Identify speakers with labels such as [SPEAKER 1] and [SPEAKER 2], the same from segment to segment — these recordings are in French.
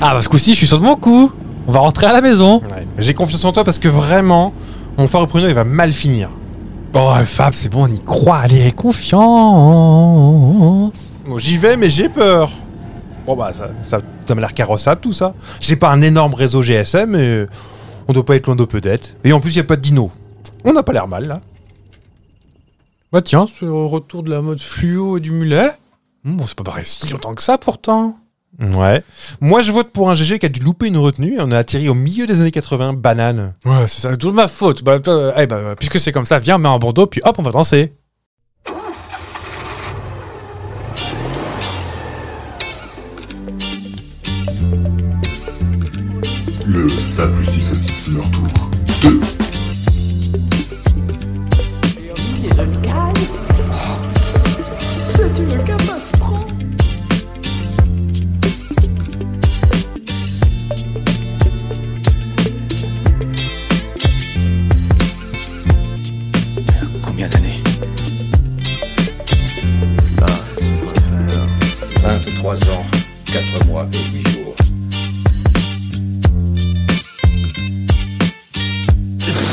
[SPEAKER 1] Ah, parce ce coup-ci, je suis sûr de mon coup. On va rentrer à la maison.
[SPEAKER 2] Ouais. J'ai confiance en toi parce que vraiment, mon phare au pruneau, il va mal finir.
[SPEAKER 1] Bon, Fab, c'est bon, on y croit. Allez, confiance.
[SPEAKER 2] Bon, j'y vais, mais j'ai peur. Bon, bah, ça, ça, ça m'a l'air carrossable tout ça. J'ai pas un énorme réseau GSM, mais on doit pas être loin de peu d'être. Et en plus, il a pas de dino. On n'a pas l'air mal, là.
[SPEAKER 1] Bah tiens, ce retour de la mode fluo et du mulet. Hmm, Bon, c'est pas pareil si longtemps que ça pourtant.
[SPEAKER 2] Ouais. Moi, je vote pour un GG qui a dû louper une retenue. et On a atterri au milieu des années 80, banane.
[SPEAKER 1] Ouais, c'est ça, c'est toujours de ma faute. Bah, euh, eh bah, puisque c'est comme ça, viens, mets un bandeau, puis hop, on va danser.
[SPEAKER 3] Le Sapristi Saucisse leur tour. 2.
[SPEAKER 4] Combien d'années
[SPEAKER 5] 23 ans, 4 mois et 8 jours.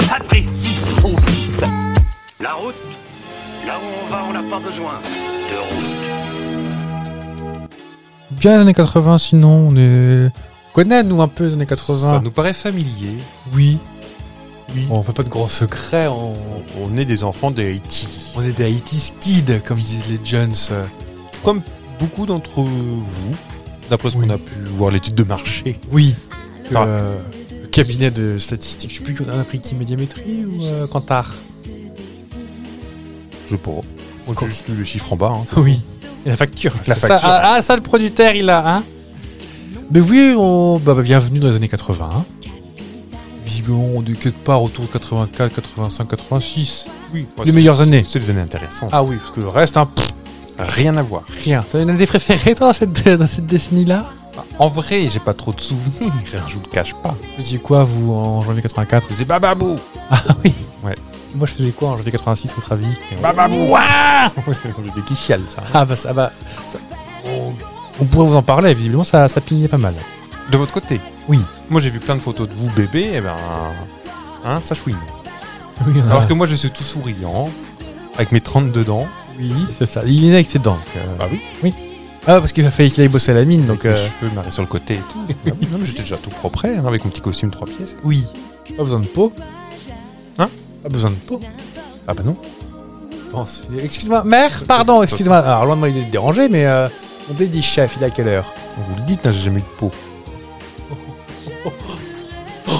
[SPEAKER 6] Sapristi saucisse. La route, là où on va, on n'a pas besoin de route.
[SPEAKER 1] Bien les années 80, sinon, on est. on connaît, nous, un peu les années 80.
[SPEAKER 2] Ça nous paraît familier.
[SPEAKER 1] Ah. Oui.
[SPEAKER 2] Oui.
[SPEAKER 1] On fait pas de grands secrets, on,
[SPEAKER 2] On est des enfants de Haïti.
[SPEAKER 1] on est des Haïti kids, comme disent les euh. Jones.
[SPEAKER 2] Comme beaucoup d'entre vous, d'après ce qu'on a pu voir l'étude de marché.
[SPEAKER 1] Oui. Que,
[SPEAKER 2] Ah.
[SPEAKER 1] euh, le cabinet de statistiques, je sais plus qu'on a appris qui médiamétrie ou euh, Kantar.
[SPEAKER 2] Je sais pas. On a juste lu les chiffres en bas. hein.
[SPEAKER 1] Oui. Et la facture.
[SPEAKER 2] La
[SPEAKER 1] Ça,
[SPEAKER 2] facture.
[SPEAKER 1] ah, ah, ça, le producteur, il a, hein Mais oui, on... bah, bah, bienvenue dans les années 80. hein. Visiblement, on est quelque part autour de 84, 85, 86.
[SPEAKER 2] Oui.
[SPEAKER 1] Les meilleures années.
[SPEAKER 2] C'est des années intéressantes.
[SPEAKER 1] Ah oui, parce que le reste, hein, pff,
[SPEAKER 2] Rien à voir.
[SPEAKER 1] rien. T'as une année préférée, toi, dans cette, dans cette décennie-là
[SPEAKER 2] En vrai, j'ai pas trop de souvenirs. Je vous le cache pas.
[SPEAKER 1] Vous faisiez quoi, vous, en janvier 84
[SPEAKER 2] C'est Bababou.
[SPEAKER 1] Ah oui
[SPEAKER 2] Ouais.
[SPEAKER 1] Moi, je faisais quoi en janvier 86, à votre avis
[SPEAKER 2] Bababou. Ouah C'est comme le bébé qui chiale, ça.
[SPEAKER 1] Ah bah, ça, bah ça- on, on pourrait vous en parler, visiblement ça, ça pignait pas mal.
[SPEAKER 2] De votre côté.
[SPEAKER 1] Oui.
[SPEAKER 2] Moi, j'ai vu plein de photos de vous bébé. Eh ben, hein, ça chouine.
[SPEAKER 1] Oui, on a-
[SPEAKER 2] Alors que moi, je suis tout souriant, avec mes 32 dents.
[SPEAKER 1] oui, c'est ça. Il est avec ses dents. donc, euh,
[SPEAKER 2] Bah oui.
[SPEAKER 1] Ah parce qu'il a fallu qu'il aille bosser à la mine, donc
[SPEAKER 2] Mes
[SPEAKER 1] euh,
[SPEAKER 2] cheveux marrés sur le côté et tout. Ah oui, non, mais j'étais déjà tout propre, hein, avec mon petit costume trois pièces.
[SPEAKER 1] oui. Pas besoin de peau. Hein Pas besoin de peau.
[SPEAKER 2] Ah bah non.
[SPEAKER 1] Bon, c'est- excuse-moi, mère, pardon, excuse-moi. Alors loin de moi il est dérangé, mais euh, on blé dit chef, il est à quelle heure
[SPEAKER 2] Vous le dites, hein, j'ai jamais eu de peau.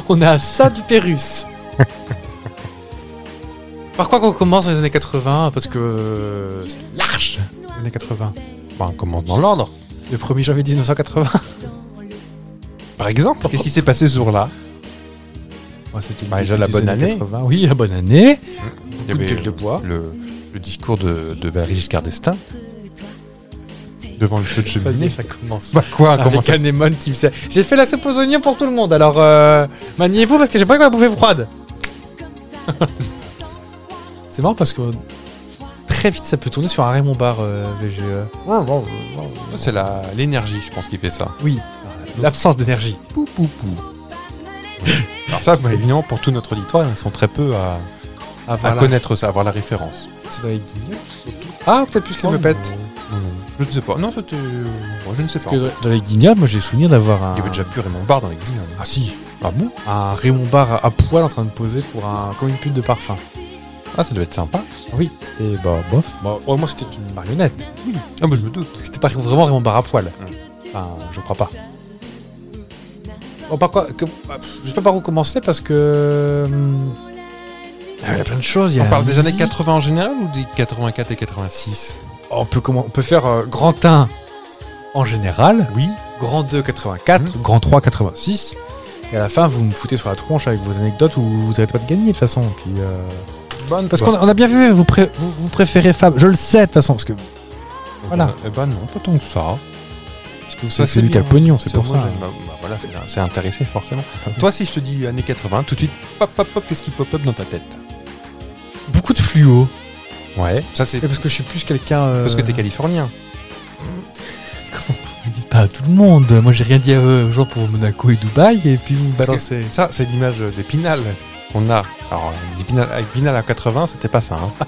[SPEAKER 1] On a ça du Pérus. Par quoi qu'on commence dans les années 80 Parce que euh, c'est large. Les années 80.
[SPEAKER 2] Bah, on commence dans l'ordre.
[SPEAKER 1] Le 1er janvier 1980.
[SPEAKER 2] Par exemple, qu'est-ce qui s'est passé ce jour-là
[SPEAKER 1] Ouais, c'était le
[SPEAKER 2] Bah, déjà
[SPEAKER 1] début
[SPEAKER 2] la
[SPEAKER 1] des
[SPEAKER 2] bonne
[SPEAKER 1] années
[SPEAKER 2] année.
[SPEAKER 1] 80. Oui, la bonne année.
[SPEAKER 2] Il
[SPEAKER 1] Beaucoup de gueule de bois.
[SPEAKER 2] Le, le discours de, de Valéry Giscard d'Estaing. Devant le feu de cheminée.
[SPEAKER 1] ça commence.
[SPEAKER 2] Bah quoi, comment
[SPEAKER 1] Avec
[SPEAKER 2] ça
[SPEAKER 1] Anémone qui me sert. J'ai fait la soupe aux oignons pour tout le monde, alors euh, maniez-vous parce que j'ai pas que ma bouffée froide. C'est marrant parce que très vite ça peut tourner sur un Raymond Barre euh, VGE.
[SPEAKER 2] C'est la- l'énergie, je pense, qui fait ça.
[SPEAKER 1] Oui, l'absence d'énergie.
[SPEAKER 2] Pou, pou, pou. Alors ça, bah, évidemment, pour tout notre auditoire, ils sont très peu à,
[SPEAKER 1] Ah,
[SPEAKER 2] à connaître ça, à avoir la référence.
[SPEAKER 1] C'est dans les guignols Ah, peut-être plus que
[SPEAKER 2] Oh.
[SPEAKER 1] me pète.
[SPEAKER 2] Non, non, Je ne sais pas. Non, c'était... euh, bon, je ne sais pas.
[SPEAKER 1] dans les guignols, moi j'ai souvenir d'avoir un.
[SPEAKER 2] Il y avait déjà plus Raymond Barre dans les guignols.
[SPEAKER 1] Ah si,
[SPEAKER 2] Ah bon
[SPEAKER 1] un Raymond Barre à- à poil en train de poser pour un comme une pute de parfum.
[SPEAKER 2] Ah, ça devait être sympa.
[SPEAKER 1] Oui, et bah bof. Bah, au moins c'était une marionnette.
[SPEAKER 2] Ah bah je me doute.
[SPEAKER 1] C'était pas vraiment Raymond Barre à poil.
[SPEAKER 2] Mm.
[SPEAKER 1] Enfin, je crois pas. Bon, par quoi, que- bah, pff, je sais pas par où commencer parce que. hum, Il y a plein de choses. il y a
[SPEAKER 2] On
[SPEAKER 1] la
[SPEAKER 2] parle des
[SPEAKER 1] musique.
[SPEAKER 2] années 80 en général ou des 84 et 86
[SPEAKER 1] On peut, comment, on peut faire euh, grand 1 en général. Oui. Grand 2, 84.
[SPEAKER 2] Mmh.
[SPEAKER 1] Grand 3, 86. Et à la fin, vous me foutez sur la tronche avec vos anecdotes où vous n'arrêtez pas de gagner de toute façon. Puis, euh,
[SPEAKER 2] Bonne
[SPEAKER 1] Parce qu'on a- on a bien vu, vous, pré- vous, vous préférez Fab. Je le sais de toute façon. Parce que voilà.
[SPEAKER 2] Eh ben non, pas tant que ça.
[SPEAKER 1] Parce que c'est
[SPEAKER 2] Ça, c'est
[SPEAKER 1] celui qui a le
[SPEAKER 2] bien.
[SPEAKER 1] pognon, c'est pour
[SPEAKER 2] moi,
[SPEAKER 1] ça. hein.
[SPEAKER 2] j'aime- Bah, bah voilà, c'est- c'est intéressé forcément. Toi, si je te dis années 80, tout de suite, pop, pop, pop, qu'est-ce qui pop up dans ta tête
[SPEAKER 1] Beaucoup de fluo.
[SPEAKER 2] Ouais. Ça, c'est
[SPEAKER 1] Et parce que je suis plus quelqu'un. Eh ben, euh,
[SPEAKER 2] parce que t'es californien.
[SPEAKER 1] Comment vous dites Pas à tout le monde. Moi, j'ai rien dit à eux, genre pour Monaco et Dubaï, et puis vous me balancez.
[SPEAKER 2] Ça, c'est l'image d'Épinal qu'on a. Alors, Épinal, Épinal ah, à 80, c'était pas ça. hein.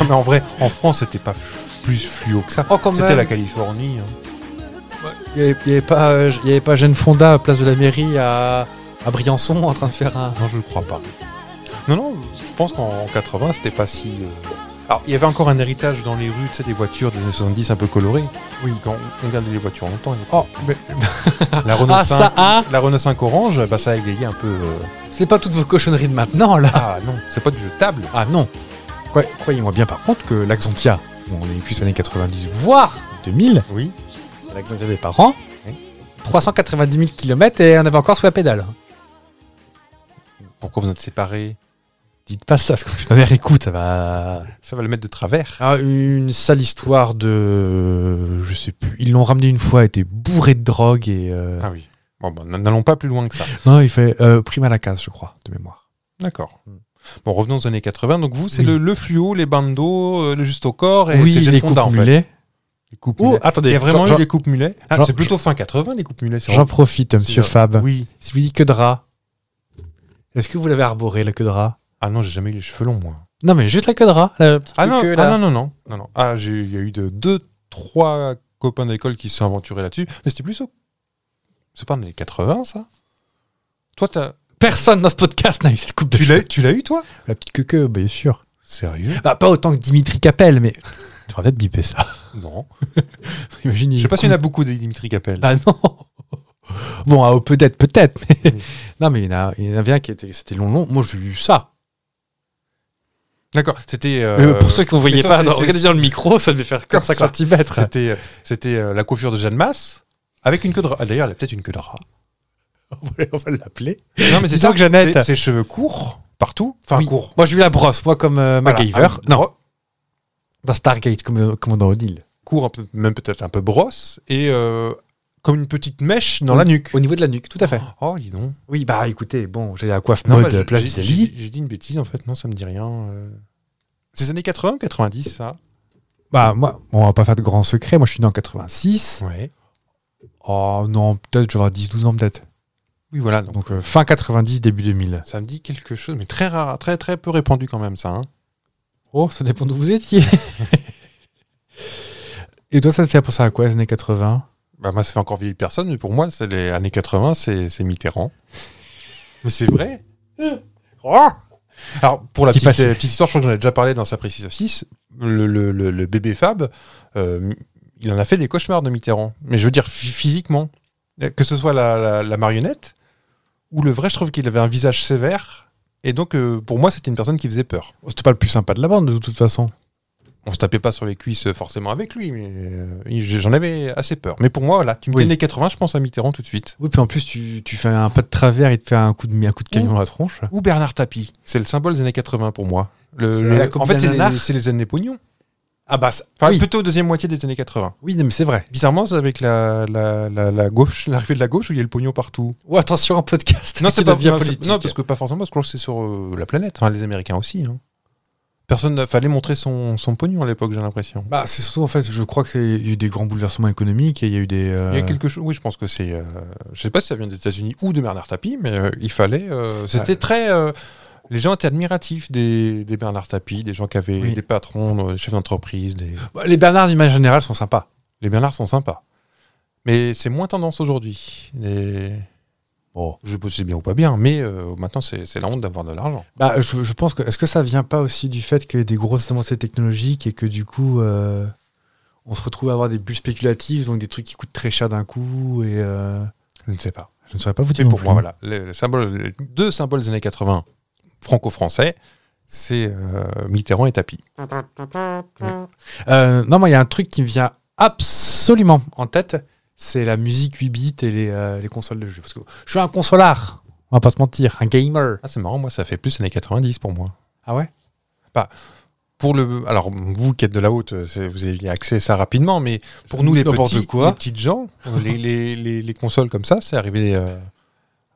[SPEAKER 2] non, mais en vrai, en France, c'était pas plus fluo que ça.
[SPEAKER 1] Oh, quand
[SPEAKER 2] c'était
[SPEAKER 1] même.
[SPEAKER 2] la Californie. hein.
[SPEAKER 1] Il n'y avait, il y avait pas, euh, il y avait pas Jeanne Fonda à place de la mairie à, à Briançon en train de faire un.
[SPEAKER 2] Non, je le crois pas. Non, non, je pense qu'en en 80, c'était pas si. euh, Alors, il y avait encore un héritage dans les rues, tu sais, des voitures des années 70 un peu colorées. Oui, quand on regardait les voitures longtemps. il y
[SPEAKER 1] Oh, mais.
[SPEAKER 2] a- La Renault,
[SPEAKER 1] Ah,
[SPEAKER 2] 5,
[SPEAKER 1] ça, ah
[SPEAKER 2] la Renault 5 orange, bah, ça a égayé un peu. euh,
[SPEAKER 1] C'est pas toutes vos cochonneries de maintenant, là
[SPEAKER 2] Ah non, c'est pas du jetable.
[SPEAKER 1] Ah non Quoi- Croyez-moi bien, par contre, que l'Axantia, bon, on est plus années 90, voire 2000,
[SPEAKER 2] Oui.
[SPEAKER 1] l'Axantia des parents,
[SPEAKER 2] Oui.
[SPEAKER 1] 390 000 km et on avait encore sous la pédale.
[SPEAKER 2] Pourquoi vous êtes séparés
[SPEAKER 1] Dites pas ça, parce que ma mère écoute, ça va...
[SPEAKER 2] Ça va le mettre de travers.
[SPEAKER 1] Ah, une sale histoire de... Je sais plus. Ils l'ont ramené une fois, était bourré de drogue et... euh,
[SPEAKER 2] Ah oui. Bon, bah, n- n'allons pas plus loin que ça.
[SPEAKER 1] Non, il fait euh, prime à la case, je crois, de mémoire.
[SPEAKER 2] D'accord. Hmm. Bon, revenons aux années 80. Donc vous, c'est
[SPEAKER 1] Oui.
[SPEAKER 2] le, le fluo, les bandos, euh, le juste au corps et c'est
[SPEAKER 1] oui,
[SPEAKER 2] Jane
[SPEAKER 1] les coupes
[SPEAKER 2] Fonda, en fait.
[SPEAKER 1] mulets.
[SPEAKER 2] Les coupes
[SPEAKER 1] Oh,
[SPEAKER 2] mulets.
[SPEAKER 1] attendez.
[SPEAKER 2] Il y a vraiment
[SPEAKER 1] j'en-
[SPEAKER 2] eu les coupes mulets. Ah,
[SPEAKER 1] Jean-
[SPEAKER 2] c'est plutôt fin 80, les coupes mulets. c'est
[SPEAKER 1] J'en profite, monsieur
[SPEAKER 2] c'est-
[SPEAKER 1] Fab.
[SPEAKER 2] Oui.
[SPEAKER 1] Si vous dites que de rat, est-ce que vous l'avez arboré, la queue de rat
[SPEAKER 2] Ah non, j'ai jamais eu les cheveux longs, moi.
[SPEAKER 1] Non, mais juste la queue de rat. la petite
[SPEAKER 2] Ah non,
[SPEAKER 1] queue,
[SPEAKER 2] ah
[SPEAKER 1] là.
[SPEAKER 2] non, non, non, non, non. Ah, j'ai- il y a eu de, deux, trois copains d'école qui se sont aventurés là-dessus. Mais c'était plus au... C'est pas dans les 80, ça Toi, t'as...
[SPEAKER 1] Personne dans ce podcast n'a eu cette coupe de
[SPEAKER 2] Tu l'as, tu l'as eu, toi
[SPEAKER 1] cheveux. La petite queue queue, bien sûr.
[SPEAKER 2] Sérieux
[SPEAKER 1] Bah, pas autant que Dimitri Capel, mais. Tu devrais peut-être biper ça.
[SPEAKER 2] Non.
[SPEAKER 1] Imagine, il
[SPEAKER 2] Je sais pas
[SPEAKER 1] coupe-
[SPEAKER 2] s'il y en a beaucoup des Dimitri Capel.
[SPEAKER 1] Bah non Bon, ah, oh, peut-être, peut-être. mais- non, mais il y en a, il y en avait un qui était, c'était long, long. Moi, j'ai eu ça.
[SPEAKER 2] D'accord, c'était. euh,
[SPEAKER 1] Mais pour ceux qui ne voyaient
[SPEAKER 2] mais toi,
[SPEAKER 1] pas,
[SPEAKER 2] c'est-
[SPEAKER 1] non,
[SPEAKER 2] c'est-
[SPEAKER 1] regardez dans le micro, ça devait faire
[SPEAKER 2] Comme
[SPEAKER 1] 5
[SPEAKER 2] ça.
[SPEAKER 1] cm.
[SPEAKER 2] c'était, euh, c'était euh, la coiffure de Jeanne Masse avec une queue de rat. Ah, D'ailleurs, elle a peut-être une queue de rat.
[SPEAKER 1] On va l'appeler.
[SPEAKER 2] Non, mais
[SPEAKER 1] Dis donc, Jeannette.
[SPEAKER 2] c'est- Ses cheveux courts partout. Enfin,
[SPEAKER 1] Oui.
[SPEAKER 2] courts.
[SPEAKER 1] Moi, j'ai eu la brosse, moi, comme euh,
[SPEAKER 2] Voilà, Ah,
[SPEAKER 1] MacGyver.
[SPEAKER 2] un-
[SPEAKER 1] non,
[SPEAKER 2] bro-
[SPEAKER 1] dans Stargate, comme, euh, comme dans O'Neill.
[SPEAKER 2] Court, un peu- même peut-être un peu brosse et euh, comme une petite mèche dans la nuque.
[SPEAKER 1] Au niveau de la nuque, tout à fait.
[SPEAKER 2] Oh, dis donc.
[SPEAKER 1] Oui, bah écoutez, bon, j'ai la coiffe
[SPEAKER 2] Non,
[SPEAKER 1] mode
[SPEAKER 2] bah, je-
[SPEAKER 1] place
[SPEAKER 2] j'ai-
[SPEAKER 1] des
[SPEAKER 2] j'ai
[SPEAKER 1] lits.
[SPEAKER 2] j'ai dit une bêtise en fait. Non, ça me dit rien. euh. C'est les années 80, 90, ça
[SPEAKER 1] Bah moi, bon, on va pas faire de grands secrets. Moi, je suis né en 86.
[SPEAKER 2] Ouais.
[SPEAKER 1] Oh non, peut-être, je vais avoir 10-12 ans peut-être.
[SPEAKER 2] Oui, voilà. Donc,
[SPEAKER 1] Donc euh, fin 90, début 2000.
[SPEAKER 2] ça me dit quelque chose, mais très rare, très très peu répandu quand même, ça. hein.
[SPEAKER 1] Oh, ça dépend d'où vous étiez. Et toi, ça te fait penser à quoi, les années 80
[SPEAKER 2] Bah, moi, ça fait encore vieille personne, mais pour moi, c'est les années 80, c'est c'est Mitterrand. Mais c'est vrai. Oh Alors, pour la
[SPEAKER 1] Ah Qui
[SPEAKER 2] petite,
[SPEAKER 1] passait.
[SPEAKER 2] euh, petite histoire, je crois que j'en ai déjà parlé dans sa précise 6, le, le- le- le bébé Fab, euh, il en a fait des cauchemars de Mitterrand. Mais je veux dire, phy- physiquement, Euh, que ce soit la, la- la marionnette ou le vrai, je trouve qu'il avait un visage sévère. Et donc, euh, pour moi, c'était une personne qui faisait peur.
[SPEAKER 1] Oh, C'était pas le plus sympa de la bande, de toute façon.
[SPEAKER 2] On se tapait pas sur les cuisses euh, forcément avec lui, mais euh, j'en avais assez peur. Mais pour moi, voilà, tu me
[SPEAKER 1] Oui.
[SPEAKER 2] dis années 80, je pense à Mitterrand tout de suite.
[SPEAKER 1] Oui, puis en plus, tu, tu fais un pas de travers et te fais un coup de, un coup de caillon dans la tronche.
[SPEAKER 2] ou Bernard Tapie. C'est le symbole des années 80 pour moi. Le-
[SPEAKER 1] C'est
[SPEAKER 2] le-
[SPEAKER 1] la coupe
[SPEAKER 2] en fait, c'est
[SPEAKER 1] d'ananas
[SPEAKER 2] les, c'est les années pognon.
[SPEAKER 1] Ah bah, ça-
[SPEAKER 2] Enfin,
[SPEAKER 1] oui.
[SPEAKER 2] plutôt deuxième moitié des années 80.
[SPEAKER 1] oui, non, mais c'est vrai.
[SPEAKER 2] Bizarrement, c'est avec la, la, la, la gauche, l'arrivée de la gauche où il y a le pognon partout.
[SPEAKER 1] Ou Oh, attention, un podcast
[SPEAKER 2] Non,
[SPEAKER 1] qui
[SPEAKER 2] c'est pas
[SPEAKER 1] devient
[SPEAKER 2] non, c'est-
[SPEAKER 1] politique.
[SPEAKER 2] Non, parce que pas forcément, parce que je crois que c'est sur euh, la planète. Enfin, les Américains aussi. hein. Personne n'a fallait montrer son, son pognon à l'époque, j'ai l'impression.
[SPEAKER 1] Bah, c'est surtout en fait, je crois qu'il y a eu des grands bouleversements économiques et il y a eu des. euh,
[SPEAKER 2] Il y a quelque chose. Oui, je pense que c'est. euh, je sais pas si ça vient des États-Unis ou de Bernard Tapie, mais euh, il fallait. euh, C'était très. euh, les gens étaient admiratifs des, des Bernard Tapie, des gens qui avaient
[SPEAKER 1] Oui.
[SPEAKER 2] des patrons, euh, des chefs d'entreprise, des,
[SPEAKER 1] Bah, Les Bernards, d'une manière générale, sont sympas.
[SPEAKER 2] Les Bernards sont sympas. Mais c'est moins tendance aujourd'hui. Et
[SPEAKER 1] Bon.
[SPEAKER 2] Je sais pas si c'est bien ou pas bien, mais euh, maintenant c'est c'est la honte d'avoir de l'argent.
[SPEAKER 1] Bah, je, je pense que. Est-ce que ça vient pas aussi du fait qu'il y a des grosses avancées technologiques et que du coup, euh, on se retrouve à avoir des bulles spéculatives, donc des trucs qui coûtent très cher d'un coup et. euh,
[SPEAKER 2] Je ne sais pas.
[SPEAKER 1] Je ne saurais pas vous
[SPEAKER 2] Et
[SPEAKER 1] dire. non
[SPEAKER 2] pour
[SPEAKER 1] plus.
[SPEAKER 2] moi, voilà, les, les symboles- les deux symboles des années 80 franco-français, c'est euh, Mitterrand et Tapi.
[SPEAKER 1] Euh, non, moi, il y a un truc qui me vient absolument en tête, c'est la musique 8 bits et les, euh, les consoles de jeux. Parce que je suis un consolard, on va pas se mentir, un gamer.
[SPEAKER 2] Ah, c'est marrant, moi ça fait plus années 90 pour moi.
[SPEAKER 1] Ah ouais
[SPEAKER 2] Pour le, alors vous qui êtes de la haute, c'est- vous aviez accès à ça rapidement, mais pour nous les
[SPEAKER 1] N'importe
[SPEAKER 2] petits,
[SPEAKER 1] quoi.
[SPEAKER 2] les petites gens, les, les- les- les consoles comme ça, c'est arrivé. euh,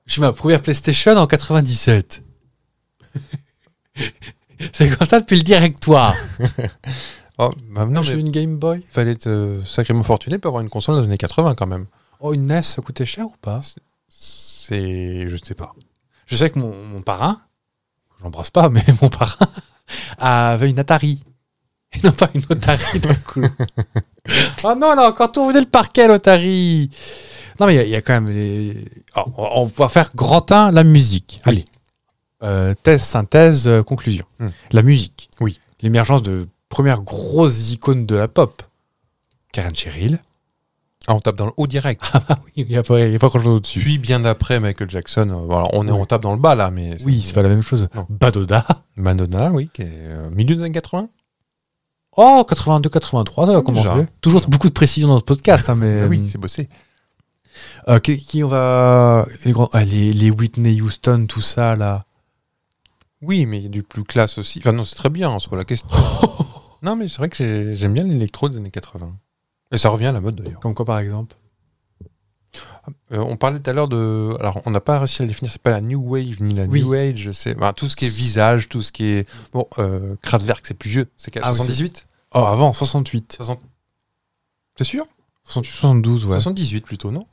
[SPEAKER 1] J'ai ma première PlayStation en 97. C'est comme ça depuis le directoire.
[SPEAKER 2] Ah, bah non,
[SPEAKER 1] J'ai
[SPEAKER 2] mais
[SPEAKER 1] une Game Boy.
[SPEAKER 2] il fallait être euh, sacrément fortuné pour avoir une console dans les années 80 quand même.
[SPEAKER 1] Oh, une NES, ça coûtait cher ou pas
[SPEAKER 2] C'est. Je ne sais pas.
[SPEAKER 1] Je sais que mon, mon parrain, j'embrasse pas, mais mon parrain avait une Atari. Et non pas une Otari d'un coup. oh non, elle a encore tourné le parquet, l'Otari Non, mais il y a- il y, a quand même. les- Oh, on on va faire grand 1, la musique. Allez. Euh, thèse, synthèse, euh, conclusion.
[SPEAKER 2] Hmm.
[SPEAKER 1] La musique.
[SPEAKER 2] Oui.
[SPEAKER 1] L'émergence de premières grosses icônes de la pop. Karen Cheryl.
[SPEAKER 2] Ah, on tape dans le haut direct.
[SPEAKER 1] Ah oui, il n'y a, pas- il y a pas grand chose au-dessus.
[SPEAKER 2] Puis bien après Michael Jackson, euh, voilà, on, est,
[SPEAKER 1] Oui.
[SPEAKER 2] on tape dans le bas là, mais.
[SPEAKER 1] Oui, c'est pas la même chose.
[SPEAKER 2] Non.
[SPEAKER 1] Badoda.
[SPEAKER 2] Madonna, oui, qui est euh, milieu des années 80.
[SPEAKER 1] Oh, 82, 83, ça va commencer.
[SPEAKER 2] Déjà.
[SPEAKER 1] Toujours beaucoup de précision dans ce podcast, hein, mais.
[SPEAKER 2] Ah oui, c'est bossé.
[SPEAKER 1] Euh, qui, qui on va. Les, grands- ah, les, les Whitney Houston, tout ça, là.
[SPEAKER 2] Oui, mais il y a du plus classe aussi. Enfin, non, c'est très bien, c'est pas la question. non, mais c'est vrai que j'ai- j'aime bien l'électro des années 80. Et ça revient à la mode d'ailleurs.
[SPEAKER 1] Comme quoi, par exemple
[SPEAKER 2] Ah,
[SPEAKER 1] Ah,
[SPEAKER 2] Euh, on parlait tout à l'heure de. Alors, on n'a pas réussi à le définir, c'est pas la New Wave ni la
[SPEAKER 1] Oui.
[SPEAKER 2] New Age, c'est. enfin, tout ce qui est visage, tout ce qui est. Bon, euh, Kraftwerk, c'est plus vieux, c'est
[SPEAKER 1] Ah oui,
[SPEAKER 2] 78.
[SPEAKER 1] Oh, avant, 68.
[SPEAKER 2] T'es sûr
[SPEAKER 1] 68, 72, ouais.
[SPEAKER 2] 78 plutôt, non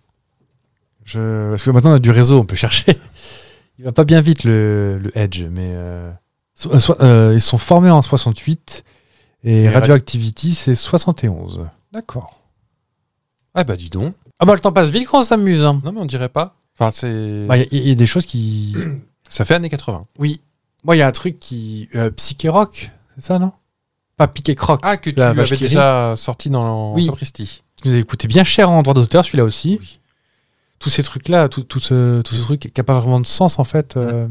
[SPEAKER 1] Je... Parce que maintenant, on a du réseau, on peut chercher. Il va pas bien vite, le, le Edge, mais. euh, so- euh, so- euh, ils sont formés en 68 et
[SPEAKER 2] Et Rad-
[SPEAKER 1] Radioactivity, c'est 71.
[SPEAKER 2] D'accord. Ah bah dis donc.
[SPEAKER 1] Ah bah, le temps passe vite quand on s'amuse. Il
[SPEAKER 2] Non mais on dirait pas. Enfin c'est.
[SPEAKER 1] y, a- il y a des choses qui.
[SPEAKER 2] Ça fait années 80.
[SPEAKER 1] Oui. Moi, il y a un truc qui. Euh, Psyché Rock, c'est ça, non Pas Piqué Croc.
[SPEAKER 2] Ah que tu
[SPEAKER 1] La
[SPEAKER 2] avais
[SPEAKER 1] vache qui
[SPEAKER 2] déjà sorti dans
[SPEAKER 1] Oui.
[SPEAKER 2] Sapristi.
[SPEAKER 1] qui nous a coûté bien cher en droit d'auteur, celui-là aussi. Tous ces trucs-là, tout, tout ce, tout ce truc qui n'a pas vraiment de sens, en fait. euh,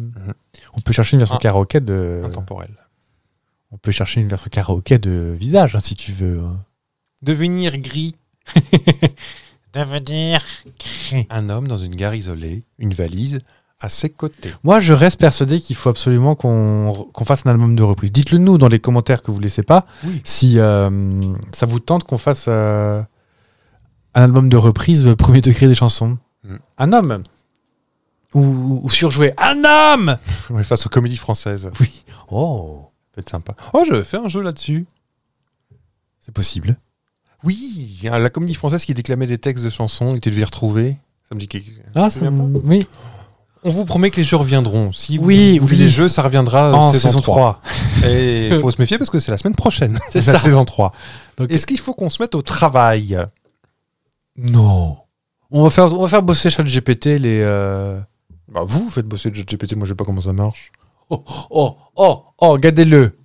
[SPEAKER 1] On peut chercher une version
[SPEAKER 2] Ah.
[SPEAKER 1] karaoké de.
[SPEAKER 2] Intemporel.
[SPEAKER 1] On peut chercher une version karaoké de visage, hein, si tu veux. hein.
[SPEAKER 2] Devenir gris.
[SPEAKER 4] Devenir
[SPEAKER 2] Un homme dans une gare isolée, une valise à ses côtés.
[SPEAKER 1] Moi, je reste persuadé qu'il faut absolument qu'on re- qu'on fasse un album de reprise. Dites-le nous dans les commentaires que vous laissez pas.
[SPEAKER 2] Oui.
[SPEAKER 1] Si euh, ça vous tente qu'on fasse euh, un album de reprise euh, premier degré des chansons.
[SPEAKER 2] Mm.
[SPEAKER 1] Un homme. Ou, ou surjoué. Un homme
[SPEAKER 2] Ouais, face aux comédies françaises. Ça
[SPEAKER 1] Oui. Oh.
[SPEAKER 2] peut être sympa. Oh je fais un jeu là-dessus.
[SPEAKER 1] C'est possible.
[SPEAKER 2] Oui, hein, la comédie française qui déclamait des textes de chansons et que tu devais retrouver. Ça me dit quelque
[SPEAKER 1] Ah,
[SPEAKER 2] Tu te
[SPEAKER 1] ça-
[SPEAKER 2] souviens pas
[SPEAKER 1] oui.
[SPEAKER 2] On vous promet que les jeux reviendront. Si vous
[SPEAKER 1] Oui,
[SPEAKER 2] voulez
[SPEAKER 1] oui.
[SPEAKER 2] les jeux, ça reviendra euh,
[SPEAKER 1] en
[SPEAKER 2] saison,
[SPEAKER 1] Ah, saison
[SPEAKER 2] 3.
[SPEAKER 1] 3.
[SPEAKER 2] Et il faut se méfier parce que c'est la semaine prochaine.
[SPEAKER 1] C'est
[SPEAKER 2] la
[SPEAKER 1] ça.
[SPEAKER 2] saison 3.
[SPEAKER 1] Donc-
[SPEAKER 2] Est-ce qu'il faut qu'on se mette au travail
[SPEAKER 1] Non. On va faire, on va faire bosser ChatGPT les. euh,
[SPEAKER 2] Bah vous faites bosser le GPT, moi je sais pas comment ça marche.
[SPEAKER 1] Oh, oh, oh, regardez-le.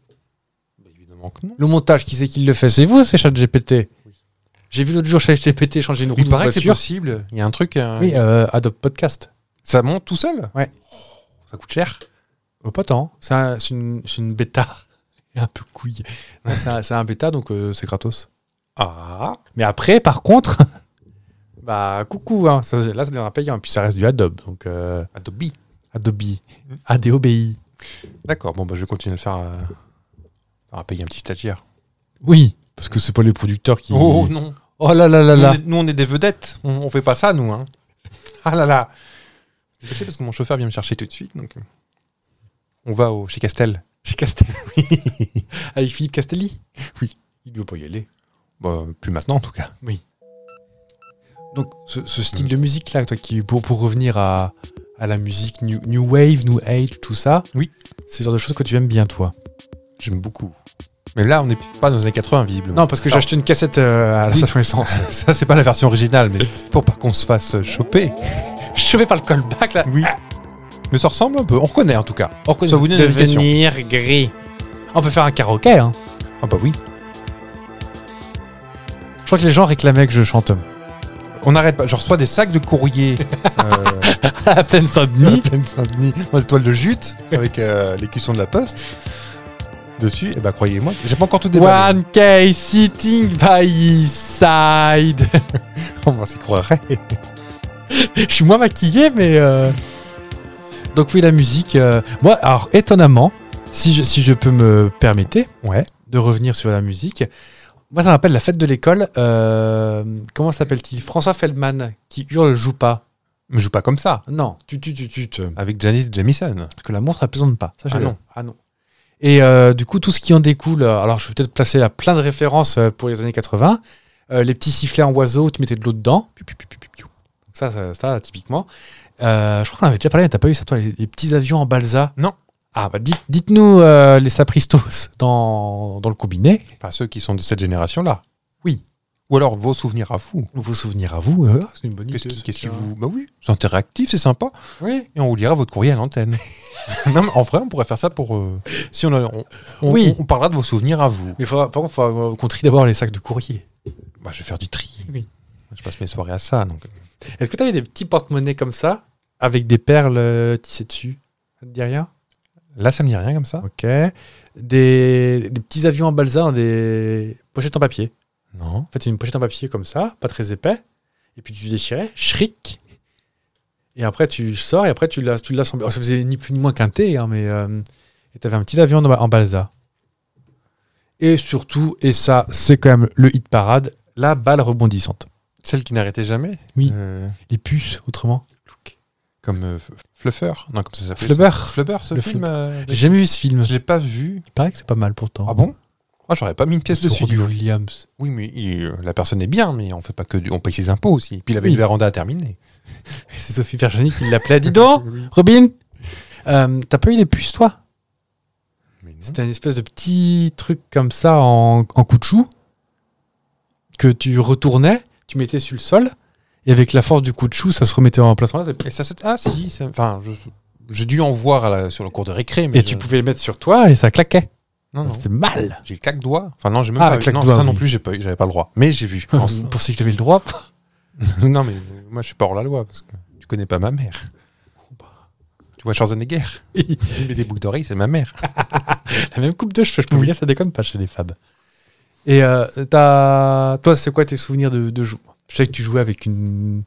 [SPEAKER 2] Bah, évidemment que non.
[SPEAKER 1] Le montage, qui c'est qui le fait C'est vous, c'est ChatGPT. J'ai vu l'autre jour ChatGPT changer une roue
[SPEAKER 2] Il
[SPEAKER 1] de
[SPEAKER 2] paraît que c'est
[SPEAKER 1] voiture.
[SPEAKER 2] possible. Il y a un truc. euh,
[SPEAKER 1] Oui, euh, Adobe Podcast.
[SPEAKER 2] Ça monte tout seul
[SPEAKER 1] Ouais.
[SPEAKER 2] Oh, Ça coûte cher.
[SPEAKER 1] Oh, pas tant. C'est un- c'est une, c'est une bêta. un peu couille. Non, C'est un, c'est un bêta, donc euh, c'est gratos.
[SPEAKER 2] Ah.
[SPEAKER 1] Mais après, par contre, bah coucou. Hein, ça, là, c'est un payant. Et puis ça reste du Adobe. Donc euh,
[SPEAKER 2] Adobe.
[SPEAKER 1] Adobe.
[SPEAKER 2] Mm.
[SPEAKER 1] ADOBI.
[SPEAKER 2] D'accord. Bon bah je vais continuer à le faire. euh, à payer un petit stagiaire.
[SPEAKER 1] Oui, parce que c'est pas les producteurs qui.
[SPEAKER 2] Oh non.
[SPEAKER 1] Oh là là là
[SPEAKER 2] Nous,
[SPEAKER 1] là.
[SPEAKER 2] on est, nous, on est des vedettes. On, on fait pas ça nous. Hein. Ah là là. Dépêchez parce que mon chauffeur vient me chercher tout de suite. Donc euh, on va au chez Castel.
[SPEAKER 1] Chez Castel. oui. Avec Philippe Castelli Oui. Il ne veut pas y aller.
[SPEAKER 2] Bah, plus maintenant en tout cas.
[SPEAKER 1] Donc, ce, ce style de musique-là, toi, qui, pour, pour revenir à, à la musique new, new Wave, New Age, tout ça.
[SPEAKER 2] Oui.
[SPEAKER 1] C'est le genre de choses que tu aimes bien, toi.
[SPEAKER 2] J'aime beaucoup. Mais là, on n'est pas dans les années 80, visiblement.
[SPEAKER 1] Non, parce que j'ai acheté une cassette euh, à la
[SPEAKER 2] Oui.
[SPEAKER 1] station essence.
[SPEAKER 2] ça, c'est pas la version originale, mais pour pas qu'on se fasse choper.
[SPEAKER 1] Je vais par le callback, là.
[SPEAKER 2] Oui. Mais ça ressemble un peu. On reconnaît, en tout cas. Ça vous donne une indication.
[SPEAKER 1] Devenir gris. On peut faire un karaoké, hein.
[SPEAKER 2] Ah, bah oui.
[SPEAKER 1] Je crois que les gens réclamaient que je chante.
[SPEAKER 2] On n'arrête pas. Je reçois des sacs de courrier. euh,
[SPEAKER 1] à peine Saint-Denis.
[SPEAKER 2] à peine Saint-Denis. Moi, toile de jute, avec euh, les cuissons de la poste. Dessus, et bah croyez-moi, j'ai pas encore tout déballé.
[SPEAKER 1] One case sitting by his side.
[SPEAKER 2] On va s'y croirait.
[SPEAKER 1] je suis moins maquillé, mais. euh, Donc, oui, la musique. euh, Moi, alors, étonnamment, si je, si je peux me permettre
[SPEAKER 2] Ouais.
[SPEAKER 1] de revenir sur la musique, moi, ça m'appelle la fête de l'école. euh, Comment s'appelle-t-il François Feldman, qui hurle, joue pas.
[SPEAKER 2] Mais joue pas comme ça.
[SPEAKER 1] Non, tu, tu, tu, tu. te-
[SPEAKER 2] Avec Janice Jamison.
[SPEAKER 1] Parce que l'amour, ça plaisante pas. Ça, je
[SPEAKER 2] Ah
[SPEAKER 1] l'ai.
[SPEAKER 2] non.
[SPEAKER 1] Ah non. Et euh, du coup, tout ce qui en découle, euh, alors je vais peut-être placer là, plein de références euh, pour les années 80. Euh, les petits sifflets en oiseau où tu mettais de l'eau dedans. Piou, piou, piou, piou, piou, piou. Donc ça, ça, ça, typiquement. Euh, je crois qu'on en avait déjà parlé, mais t'as pas eu ça, toi, les, les petits avions en balsa
[SPEAKER 2] Non.
[SPEAKER 1] Ah, bah dites- dites-nous euh, les sapristos dans, dans le combiné.
[SPEAKER 2] Enfin, ceux qui sont de cette génération-là.
[SPEAKER 1] Oui.
[SPEAKER 2] Ou alors vos souvenirs à vous.
[SPEAKER 1] Vos souvenirs à vous, euh, c'est une bonne
[SPEAKER 2] Qu'est-ce qui, qu'est-ce qui
[SPEAKER 1] ça.
[SPEAKER 2] vous. Bah oui, c'est interactif, c'est sympa.
[SPEAKER 1] Oui.
[SPEAKER 2] Et on vous lira votre courrier à l'antenne. non, mais en vrai, on pourrait faire ça pour. euh, si on, a- on, on-
[SPEAKER 1] Oui.
[SPEAKER 2] on, on parlera de vos souvenirs à vous.
[SPEAKER 1] Mais faudra- par contre, il faut qu'on trie d'abord les sacs de courrier.
[SPEAKER 2] Bah, je vais faire du tri.
[SPEAKER 1] Oui.
[SPEAKER 2] Je passe mes soirées à ça. Donc.
[SPEAKER 1] Est-ce que t'avais des petits porte-monnaies comme ça, avec des perles euh, tissées dessus Ça te dit rien
[SPEAKER 2] Là, ça me dit rien comme ça
[SPEAKER 1] Ok. Des, des petits avions en balsa dans des pochettes en papier.
[SPEAKER 2] Non.
[SPEAKER 1] En fait, une pochette en papier comme ça, pas très épais. Et puis tu déchirais, shriek. Et après, tu sors et après, tu l'as tu l'assembles. Alors, ça faisait ni plus ni moins qu'un thé, hein, mais. euh, et t'avais un petit avion en, en balsa. Et surtout, et ça, c'est quand même le hit parade, la balle rebondissante.
[SPEAKER 2] Celle qui n'arrêtait jamais
[SPEAKER 1] Oui.
[SPEAKER 2] Euh,
[SPEAKER 1] Les puces, autrement.
[SPEAKER 2] comme euh, F- Fluffer. Non, comme ça s'appelle.
[SPEAKER 1] Flubber.
[SPEAKER 2] ce- Flubber, ce
[SPEAKER 1] Le
[SPEAKER 2] film.
[SPEAKER 1] Flubber.
[SPEAKER 2] euh,
[SPEAKER 1] J'ai jamais vu ce film.
[SPEAKER 2] je l'ai pas vu.
[SPEAKER 1] Il paraît que c'est pas mal pourtant.
[SPEAKER 2] Ah bon Ah, j'aurais pas mis une pièce
[SPEAKER 1] C'est
[SPEAKER 2] dessus.
[SPEAKER 1] Robbie Williams.
[SPEAKER 2] Oui, mais il- euh, la personne est bien, mais on fait pas que du- on paye ses impôts aussi. Et puis il avait
[SPEAKER 1] Oui.
[SPEAKER 2] une véranda à terminer.
[SPEAKER 1] C'est Sophie Vergeny qui l'appelait. Dis donc, Robin, euh, t'as pas eu les puces, toi
[SPEAKER 2] Mais non.
[SPEAKER 1] C'était un espèce de petit truc comme ça en, en caoutchouc que tu retournais, tu mettais sur le sol et avec la force du caoutchouc, ça se remettait en place. en place, et puis-
[SPEAKER 2] Et ça, se- ah si, ça- enfin, je- j'ai dû en voir à la- sur le cours de récré, mais
[SPEAKER 1] Et
[SPEAKER 2] je-
[SPEAKER 1] tu pouvais le mettre sur toi et ça claquait.
[SPEAKER 2] non, non.
[SPEAKER 1] C'était mal.
[SPEAKER 2] J'ai le claque doigt. Enfin non, j'ai même
[SPEAKER 1] Ah,
[SPEAKER 2] pas.
[SPEAKER 1] le claque-doigt,
[SPEAKER 2] non, ça non
[SPEAKER 1] oui. Ah,
[SPEAKER 2] plus, j'ai pas, eu- j'avais pas le droit. Mais j'ai vu. En-
[SPEAKER 1] Pour ceux qui avaient le droit.
[SPEAKER 2] non mais euh, moi je suis pas hors la loi parce que tu connais pas ma mère. Tu vois Schwarzenegger. Il met des boucles d'oreilles, c'est ma mère.
[SPEAKER 1] la même coupe de cheveux, je peux vous dire, ça déconne pas chez les fabs. Et euh, t'as- toi, c'est quoi tes souvenirs de, de jou- Je sais que tu jouais avec une,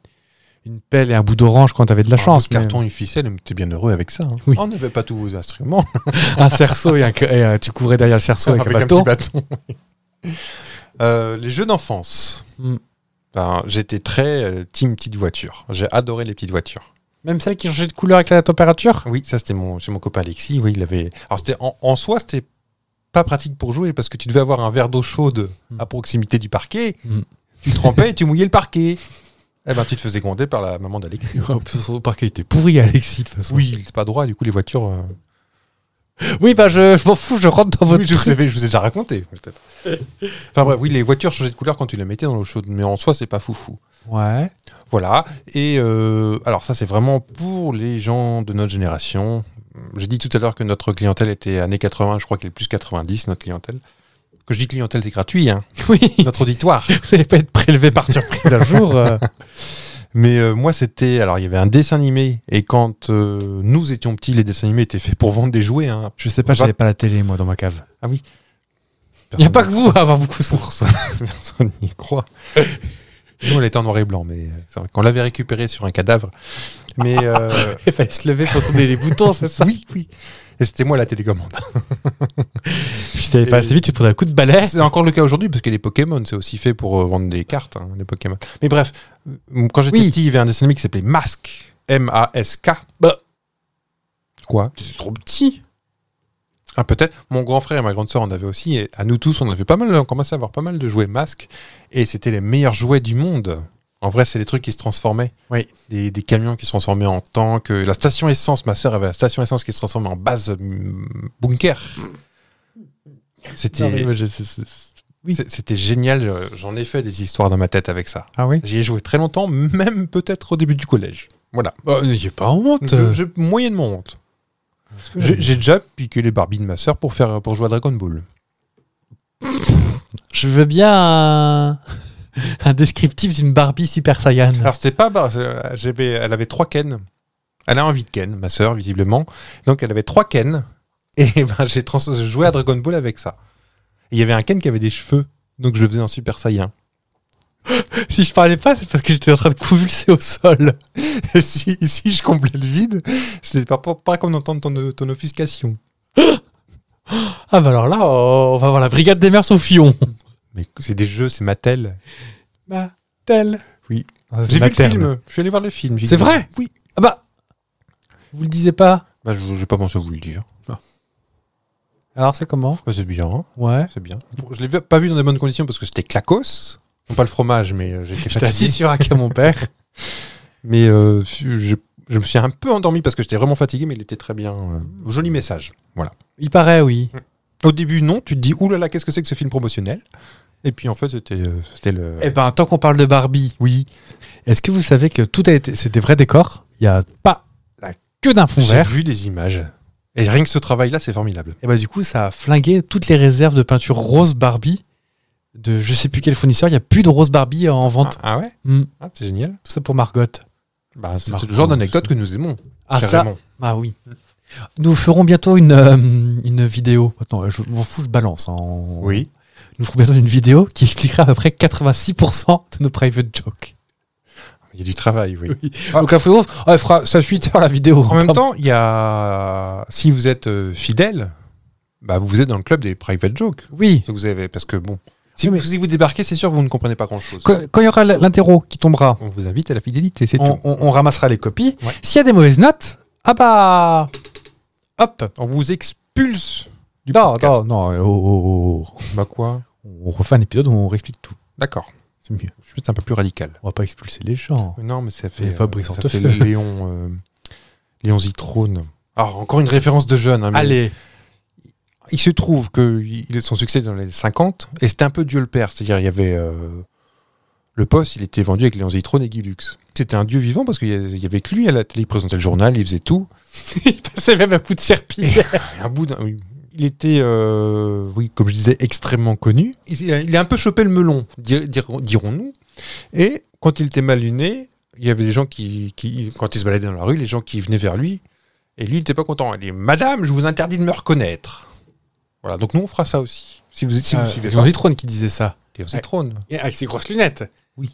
[SPEAKER 1] une pelle et un bout d'orange quand t'avais de la chance.
[SPEAKER 2] Un
[SPEAKER 1] mais-
[SPEAKER 2] carton, une ficelle, mais t'es bien heureux avec ça. hein.
[SPEAKER 1] Oui.
[SPEAKER 2] On ne veut pas tous vos instruments
[SPEAKER 1] Un cerceau et, un, et, euh, tu couvrais derrière le cerceau avec, un bâton.
[SPEAKER 2] petit bâton. Euh, les jeux d'enfance.
[SPEAKER 1] Mm.
[SPEAKER 2] Ben, j'étais très euh, team petite voiture. J'ai adoré les petites voitures.
[SPEAKER 1] Même celle qui changeait de couleur avec la température
[SPEAKER 2] Oui, ça c'était mon, chez mon copain Alexis. Oui, il avait. Alors c'était en, en soi, c'était pas pratique pour jouer parce que tu devais avoir un verre d'eau chaude
[SPEAKER 1] Mm.
[SPEAKER 2] à proximité du parquet.
[SPEAKER 1] Mm.
[SPEAKER 2] Tu trempais et tu mouillais le parquet. Eh ben, tu te faisais gronder par la maman d'Alexis.
[SPEAKER 1] Son parquet était pourri, Alexis, de toute façon.
[SPEAKER 2] Oui, c'est pas droit. Du coup, les voitures. euh,
[SPEAKER 1] Oui, bah je, je m'en fous, je rentre dans votre
[SPEAKER 2] oui, je vous, avais- je vous ai déjà raconté, peut-être. enfin bref, oui, les voitures changeaient de couleur quand tu les mettais dans l'eau chaude, mais en soi, c'est pas foufou.
[SPEAKER 1] Ouais.
[SPEAKER 2] Voilà. Et euh, alors ça, c'est vraiment pour les gens de notre génération. J'ai dit tout à l'heure que notre clientèle était années 80, je crois qu'elle est plus 90, notre clientèle. Que je dis clientèle, c'est gratuit, hein,
[SPEAKER 1] Oui,
[SPEAKER 2] notre auditoire.
[SPEAKER 1] vous n'allez pas être prélevé par surprise un jour. euh.
[SPEAKER 2] Mais euh, moi, c'était... Alors, il y avait un dessin animé, et quand euh, nous étions petits, les dessins animés étaient faits pour vendre des jouets. Hein.
[SPEAKER 1] Je sais pas, j'avais pas la télé, moi, dans ma cave. Il n'y a
[SPEAKER 2] Personne-
[SPEAKER 1] pas que vous à avoir beaucoup de
[SPEAKER 2] Personne personne n'y croit. Nous, elle était en noir et blanc, mais euh, c'est vrai qu'on l'avait récupéré sur un cadavre. Mais... euh,
[SPEAKER 1] Il fallait se lever pour tourner les boutons, c'est ça
[SPEAKER 2] Oui, oui. Et c'était moi la télécommande.
[SPEAKER 1] Puis t'avais pas assez vite, tu te prenais un coup de balai.
[SPEAKER 2] C'est encore le cas aujourd'hui, parce que les Pokémon, c'est aussi fait pour euh, vendre des cartes, hein, les Pokémon. Mais bref, euh, quand j'étais
[SPEAKER 1] Oui.
[SPEAKER 2] petit, il y avait un dessin animé qui s'appelait Mask. M-A-S-K.
[SPEAKER 1] Bah.
[SPEAKER 2] Quoi
[SPEAKER 1] C'est trop petit.
[SPEAKER 2] Ah, peut-être. Mon grand frère et ma grande sœur en avaient aussi. Et à nous tous, on avait pas mal, on commençait à avoir pas mal de jouets Mask. Et c'était les meilleurs jouets du monde. En vrai, c'est des trucs qui se transformaient.
[SPEAKER 1] Oui.
[SPEAKER 2] Des, des camions qui se transformaient en tanks. euh, La station essence, ma sœur avait la station essence qui se transformait en base euh, bunker. C'était.
[SPEAKER 1] Oui.
[SPEAKER 2] C'est- C'était génial, euh, j'en ai fait des histoires dans ma tête avec ça.
[SPEAKER 1] Ah oui
[SPEAKER 2] J'y ai joué très longtemps, même peut-être au début du collège. Voilà.
[SPEAKER 1] N'ayez pas honte.
[SPEAKER 2] Je- J'ai moyennement honte. J'ai j'ai déjà piqué les Barbies de ma sœur pour, faire, pour jouer à Dragon Ball.
[SPEAKER 1] Je veux bien un, un descriptif d'une Barbie Super Saiyan.
[SPEAKER 2] Alors c'était pas... bar- euh, j'avais- Elle avait trois Ken. Elle a envie de Ken, ma sœur, visiblement. Donc elle avait trois Ken. Et ben, j'ai trans- joué à Dragon Ball avec ça. Et Il y avait un Ken qui avait des cheveux. Donc je le faisais en Super Saiyan.
[SPEAKER 1] Si je parlais pas, c'est parce que j'étais en train de convulser au sol.
[SPEAKER 2] Et si, si je comblais le vide, c'est pas, pas, pas comme d'entendre ton, ton offuscation.
[SPEAKER 1] Ah bah alors là, on va voir la brigade des mères Sophillon.
[SPEAKER 2] Mais c'est des jeux, c'est Mattel.
[SPEAKER 1] Ma telle.
[SPEAKER 2] Oui.
[SPEAKER 1] Ah, c'est
[SPEAKER 2] J'ai vu le
[SPEAKER 1] materne.
[SPEAKER 2] film. Je suis allé voir le film.
[SPEAKER 1] C'est vrai
[SPEAKER 2] Oui.
[SPEAKER 1] Ah bah, vous le disiez pas
[SPEAKER 2] Bah, je n'ai pas pensé à vous le dire.
[SPEAKER 1] Alors, c'est comment
[SPEAKER 2] Bah, c'est bien, hein,
[SPEAKER 1] Ouais.
[SPEAKER 2] c'est bien. Bon, je l'ai vu- pas vu dans de bonnes conditions parce que c'était clacos. Non, pas le fromage, mais euh, j'étais
[SPEAKER 1] J'étais assis
[SPEAKER 2] fatigué.
[SPEAKER 1] sur un quai à mon père.
[SPEAKER 2] Mais euh, je, je me suis un peu endormi parce que j'étais vraiment fatigué, mais il était très bien. euh, joli message.
[SPEAKER 1] Il paraît, oui.
[SPEAKER 2] Au début, non, tu te dis, oulala, qu'est-ce que c'est que ce film promotionnel Et puis en fait, c'était euh, c'était le.
[SPEAKER 1] Eh ben, tant qu'on parle de Barbie, oui. Est-ce que vous savez que tout a été. C'est des vrais décors. Il n'y a pas la queue d'un fond
[SPEAKER 2] J'ai
[SPEAKER 1] vert.
[SPEAKER 2] vu des images. Et rien que ce travail-là, c'est formidable.
[SPEAKER 1] Et bah, du coup, ça a flingué toutes les réserves de peinture rose Barbie de je sais plus quel fournisseur. Il n'y a plus de rose Barbie en vente.
[SPEAKER 2] Ah, ah ouais
[SPEAKER 1] Hmm.
[SPEAKER 2] Ah, C'est génial.
[SPEAKER 1] Tout ça pour Margot.
[SPEAKER 2] Bah, c'est
[SPEAKER 1] marrant,
[SPEAKER 2] le genre
[SPEAKER 1] ça.
[SPEAKER 2] d'anecdote que nous aimons.
[SPEAKER 1] Ah,
[SPEAKER 2] cher
[SPEAKER 1] ça.
[SPEAKER 2] Raymond.
[SPEAKER 1] Ah oui. Nous ferons bientôt une, euh, une vidéo. Maintenant, je m'en fous, je balance. hein. On-
[SPEAKER 2] Oui.
[SPEAKER 1] Nous ferons bientôt une vidéo qui expliquera à peu près 86% de nos private jokes.
[SPEAKER 2] Il y a du travail, oui. Ah.
[SPEAKER 1] Donc, à fait ouf, ah, elle fera sa suite dans la vidéo.
[SPEAKER 2] En même temps, il y a. Si vous êtes euh, fidèle, bah, vous êtes dans le club des private jokes.
[SPEAKER 1] Oui.
[SPEAKER 2] Parce que Vous avez... Parce que bon. Si,
[SPEAKER 1] Oui, mais-
[SPEAKER 2] vous, si vous débarquez, c'est sûr, vous ne comprenez pas grand-chose.
[SPEAKER 1] Quand quand il y aura l'interro qui tombera,
[SPEAKER 2] On vous invite à la fidélité, c'est
[SPEAKER 1] on,
[SPEAKER 2] tout.
[SPEAKER 1] on- on ramassera les copies.
[SPEAKER 2] Ouais.
[SPEAKER 1] S'il y a des mauvaises notes, ah bah. Hop.
[SPEAKER 2] On vous expulse du
[SPEAKER 1] Non,
[SPEAKER 2] podcast.
[SPEAKER 1] non, non, oh, oh, oh.
[SPEAKER 2] Bah quoi
[SPEAKER 1] On refait un épisode où on réexplique tout.
[SPEAKER 2] D'accord.
[SPEAKER 1] C'est mieux.
[SPEAKER 2] Je suis un peu plus radical.
[SPEAKER 1] On va pas expulser les gens.
[SPEAKER 2] Non, mais ça fait.
[SPEAKER 1] Et Fabrice
[SPEAKER 2] ça fait
[SPEAKER 1] Hortefeux.
[SPEAKER 2] Léon, euh, Léon Zitrone. Alors, encore une référence de jeune. hein, mais
[SPEAKER 1] Allez.
[SPEAKER 2] Il se trouve que il- son succès dans les 50, et c'était un peu Dieu le Père. C'est-à-dire, il y avait. euh, le poste, il était vendu avec Léon Zitrone et Guy Lux. C'était un dieu vivant parce qu'il y a- il y avait que lui à la télé. Il présentait le journal, il faisait tout.
[SPEAKER 1] C'est même un coup de serpillère.
[SPEAKER 2] Et un bout d'un- oui, Il était, euh, oui, comme je disais, extrêmement connu. Il, il a un peu chopé le melon, dir- dir- dirons-nous. Et quand il était mal luné, il y avait des gens qui, qui- quand il se baladait dans la rue, les gens qui venaient vers lui. Et lui, il n'était pas content. Il dit Madame, je vous interdis de me reconnaître. Voilà, donc nous, on fera ça aussi. Si vous, si Euh, vous suivez
[SPEAKER 1] C'est
[SPEAKER 2] pas,
[SPEAKER 1] Euh, Zitrone qui disait ça.
[SPEAKER 2] Léon Zitrone.
[SPEAKER 1] Et avec ses grosses lunettes. Oui.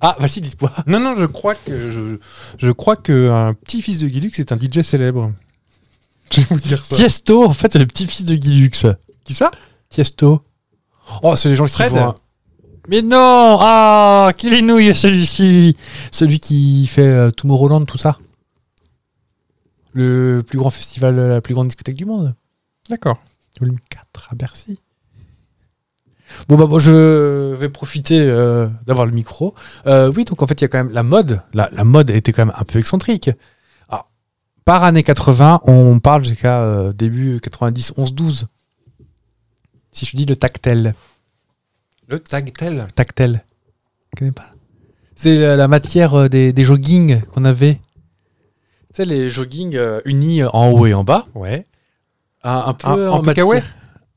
[SPEAKER 1] Ah, vas-y, dis-moi.
[SPEAKER 2] Non, non, je crois que je, je crois qu'un petit-fils de Guy Lux est un DJ célèbre. Je vais vous dire ça.
[SPEAKER 1] Tiesto, en fait, c'est le petit-fils de Guy Lux.
[SPEAKER 2] Qui ça
[SPEAKER 1] Tiesto. Oh, c'est les gens
[SPEAKER 2] Fred
[SPEAKER 1] qui voient. Mais non Ah, qu'il est nouille celui-ci Celui qui fait euh, Tomorrowland, tout ça. Le plus grand festival, euh, la plus grande discothèque du monde.
[SPEAKER 2] D'accord.
[SPEAKER 1] Volume 4 à Bercy. Bon, bah, bon, je vais profiter euh, d'avoir le micro. Euh, oui, donc en fait, il y a quand même la mode. La, la mode était quand même un peu excentrique. Alors, par année 80, on parle jusqu'à euh, début 90, 11, 12. Si je dis le tactel.
[SPEAKER 2] Le tagtel.
[SPEAKER 1] Tactel. Je connais pas. C'est la, la matière euh, des, des joggings qu'on avait. Tu sais, les joggings euh, unis euh, en haut et en bas.
[SPEAKER 2] Ouais.
[SPEAKER 1] Un, un peu
[SPEAKER 2] Un- un
[SPEAKER 1] en
[SPEAKER 2] peu
[SPEAKER 1] matière-
[SPEAKER 2] kawaii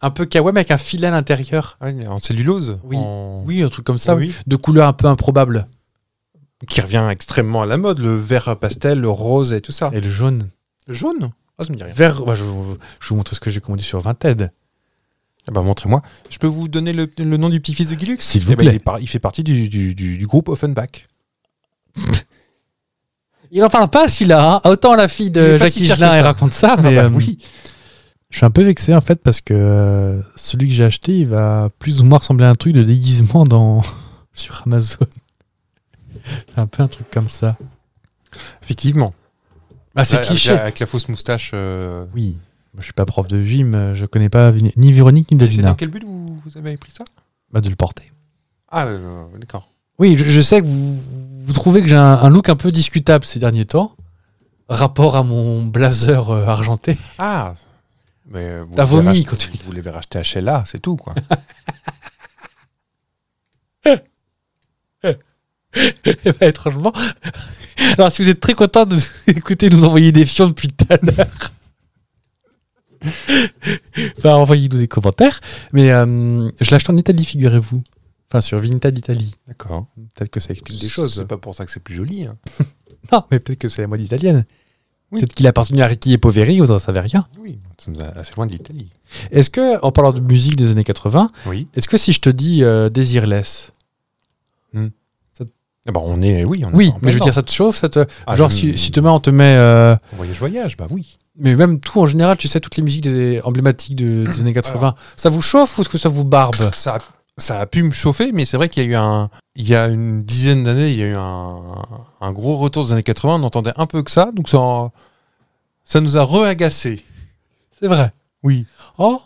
[SPEAKER 1] Un peu kawaii, mais avec un filet à l'intérieur.
[SPEAKER 2] Ah, en cellulose
[SPEAKER 1] Oui.
[SPEAKER 2] En-
[SPEAKER 1] Oui, un truc comme ça.
[SPEAKER 2] Oui.
[SPEAKER 1] De couleur un peu improbable.
[SPEAKER 2] Qui revient extrêmement à la mode, le vert pastel, le rose et tout ça.
[SPEAKER 1] Et le jaune.
[SPEAKER 2] le jaune Ah, ça me dit rien.
[SPEAKER 1] Vert. ouais, je, vous- je vous montre ce que j'ai commandé sur Vinted.
[SPEAKER 2] Eh ben, montrez-moi. Je peux vous donner le, le nom du petit-fils de Guilux
[SPEAKER 1] S'il vous
[SPEAKER 2] il,
[SPEAKER 1] plaît.
[SPEAKER 2] est par- il fait partie du, du- du- du groupe Offenbach.
[SPEAKER 1] Il en parle pas celui-là. hein. Autant la fille
[SPEAKER 2] Il
[SPEAKER 1] de
[SPEAKER 2] est pas
[SPEAKER 1] Jackie
[SPEAKER 2] si fier que
[SPEAKER 1] Gelin, elle
[SPEAKER 2] ça.
[SPEAKER 1] raconte ça, mais
[SPEAKER 2] bah
[SPEAKER 1] euh,
[SPEAKER 2] oui.
[SPEAKER 1] Je suis un peu vexé en fait parce que euh, celui que j'ai acheté, il va plus ou moins ressembler à un truc de déguisement dans sur Amazon. C'est un peu un truc comme ça.
[SPEAKER 2] Effectivement.
[SPEAKER 1] Ah, c'est
[SPEAKER 2] Ouais, avec
[SPEAKER 1] cliché.
[SPEAKER 2] la- Avec la fausse moustache. euh,
[SPEAKER 1] Oui. Moi, Je suis pas prof de gym, euh, je connais pas Vini- ni Véronique ni
[SPEAKER 2] et C'est dans
[SPEAKER 1] Davina.
[SPEAKER 2] quel but vous, vous avez pris ça
[SPEAKER 1] Bah, de le porter.
[SPEAKER 2] Ah, euh, d'accord.
[SPEAKER 1] Oui, je, je sais que vous, vous trouvez que j'ai un, un look un peu discutable ces derniers temps, rapport à mon blazer euh, argenté.
[SPEAKER 2] Ah mais euh, vous
[SPEAKER 1] T'as
[SPEAKER 2] l'avez
[SPEAKER 1] vomi
[SPEAKER 2] rach-
[SPEAKER 1] quand tu-
[SPEAKER 2] Vous l'avez racheté à Sheila, c'est tout, quoi.
[SPEAKER 1] Eh ben, étrangement. Alors si vous êtes très content de nous écouter, de nous envoyer des fions depuis tout à l'heure. Enfin, envoyez-nous des commentaires. Mais euh, je l'ai acheté en Italie, figurez-vous. Enfin, sur Vinted d'Italie.
[SPEAKER 2] D'accord.
[SPEAKER 1] Peut-être que ça explique des
[SPEAKER 2] C'est
[SPEAKER 1] choses.
[SPEAKER 2] pas pour ça que c'est plus joli. hein.
[SPEAKER 1] Non, mais peut-être que c'est la mode italienne.
[SPEAKER 2] Oui.
[SPEAKER 1] Peut-être qu'il appartenait à Ricky et Poveri, vous n'en savez rien.
[SPEAKER 2] Oui, ça nous a- assez loin de l'Italie.
[SPEAKER 1] Est-ce que, en parlant de musique des années 80,
[SPEAKER 2] Oui.
[SPEAKER 1] est-ce que si je te dis euh, Desireless
[SPEAKER 2] Ah bah, on est, oui, on est
[SPEAKER 1] Oui,
[SPEAKER 2] en plein
[SPEAKER 1] mais je veux
[SPEAKER 2] dedans.
[SPEAKER 1] dire, ça te chauffe ça te...
[SPEAKER 2] Ah,
[SPEAKER 1] Genre,
[SPEAKER 2] je-
[SPEAKER 1] si, si demain on te met. euh,
[SPEAKER 2] Voyage, voyage, bah oui.
[SPEAKER 1] Mais même tout en général, tu sais, toutes les musiques des- emblématiques de- des années 80, ça vous chauffe ou est-ce que ça vous barbe
[SPEAKER 2] ça a, ça a pu me chauffer, mais c'est vrai qu'il y a eu un, il y a une dizaine d'années, il y a eu un, un gros retour des années 80. On entendait un peu que ça, donc ça, en- ça nous a re-agacé.
[SPEAKER 1] C'est vrai.
[SPEAKER 2] Oui.
[SPEAKER 1] Oh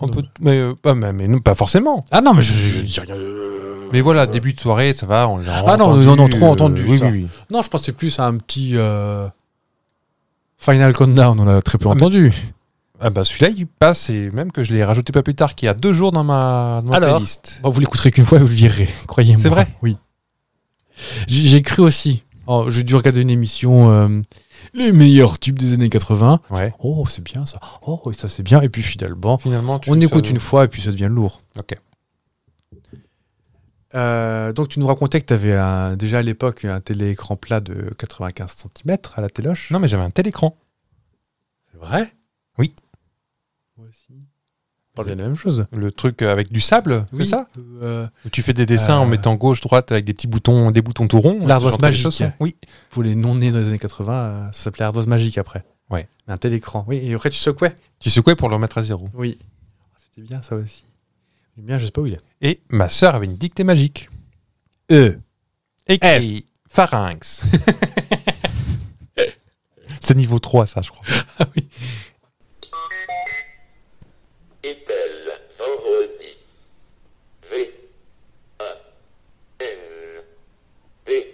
[SPEAKER 2] Un peu, mais, euh, pas, mais, mais non, pas forcément.
[SPEAKER 1] Ah non, mais je, je dis rien de-
[SPEAKER 2] Mais voilà, début de soirée, ça va. On l'a
[SPEAKER 1] Euh, Ah non,
[SPEAKER 2] entendu,
[SPEAKER 1] non, non, trop
[SPEAKER 2] euh,
[SPEAKER 1] entendu,
[SPEAKER 2] oui,
[SPEAKER 1] ça.
[SPEAKER 2] oui, oui.
[SPEAKER 1] Non, je pensais plus à un petit euh, Final Countdown, on a très peu
[SPEAKER 2] Ah, mais-
[SPEAKER 1] entendu.
[SPEAKER 2] Ah bah celui-là, il passe et même que je l'ai rajouté pas plus tard qu'il y a deux jours dans ma, dans ma
[SPEAKER 1] Alors
[SPEAKER 2] playlist.
[SPEAKER 1] Bon, Oh, vous l'écouterez qu'une fois et vous le virerez, croyez-moi.
[SPEAKER 2] C'est vrai
[SPEAKER 1] Oui. J'ai j'ai cru aussi. Oh, J'ai dû regarder une émission euh, Les meilleurs tubes des années 80.
[SPEAKER 2] Ouais.
[SPEAKER 1] Oh, c'est bien ça. Oh, oui, ça c'est bien. Et puis finalement,
[SPEAKER 2] Finalement, tu
[SPEAKER 1] on
[SPEAKER 2] ça-
[SPEAKER 1] écoute une fois et puis ça devient lourd.
[SPEAKER 2] Ok.
[SPEAKER 1] Euh, donc tu nous racontais que tu avais déjà à l'époque un téléécran plat de 95 cm à la téloche.
[SPEAKER 2] Non, mais j'avais un tel écran.
[SPEAKER 1] C'est vrai
[SPEAKER 2] Oui.
[SPEAKER 1] Moi aussi. On parle bien de la même chose.
[SPEAKER 2] Le truc avec du sable, c'est ça
[SPEAKER 1] Euh,
[SPEAKER 2] Où tu fais des dessins en
[SPEAKER 1] Euh.
[SPEAKER 2] mettant gauche, droite avec des petits boutons, des boutons tout ronds.
[SPEAKER 1] L'ardoise
[SPEAKER 2] ce genre de
[SPEAKER 1] magique.
[SPEAKER 2] choses, hein. Oui.
[SPEAKER 1] pour les non-nés dans les années 80, euh, ça s'appelait ardoise magique après.
[SPEAKER 2] Ouais.
[SPEAKER 1] Un tel écran. Oui, et après tu secouais.
[SPEAKER 2] Tu secouais pour le remettre à zéro.
[SPEAKER 1] Oui. C'était bien ça aussi. Le mien, je sais pas où il est.
[SPEAKER 2] Et ma sœur avait une dictée magique.
[SPEAKER 1] E.
[SPEAKER 2] Écrit pharynx. C'est niveau 3, ça, je crois.
[SPEAKER 4] Ipel vendredi. V A N D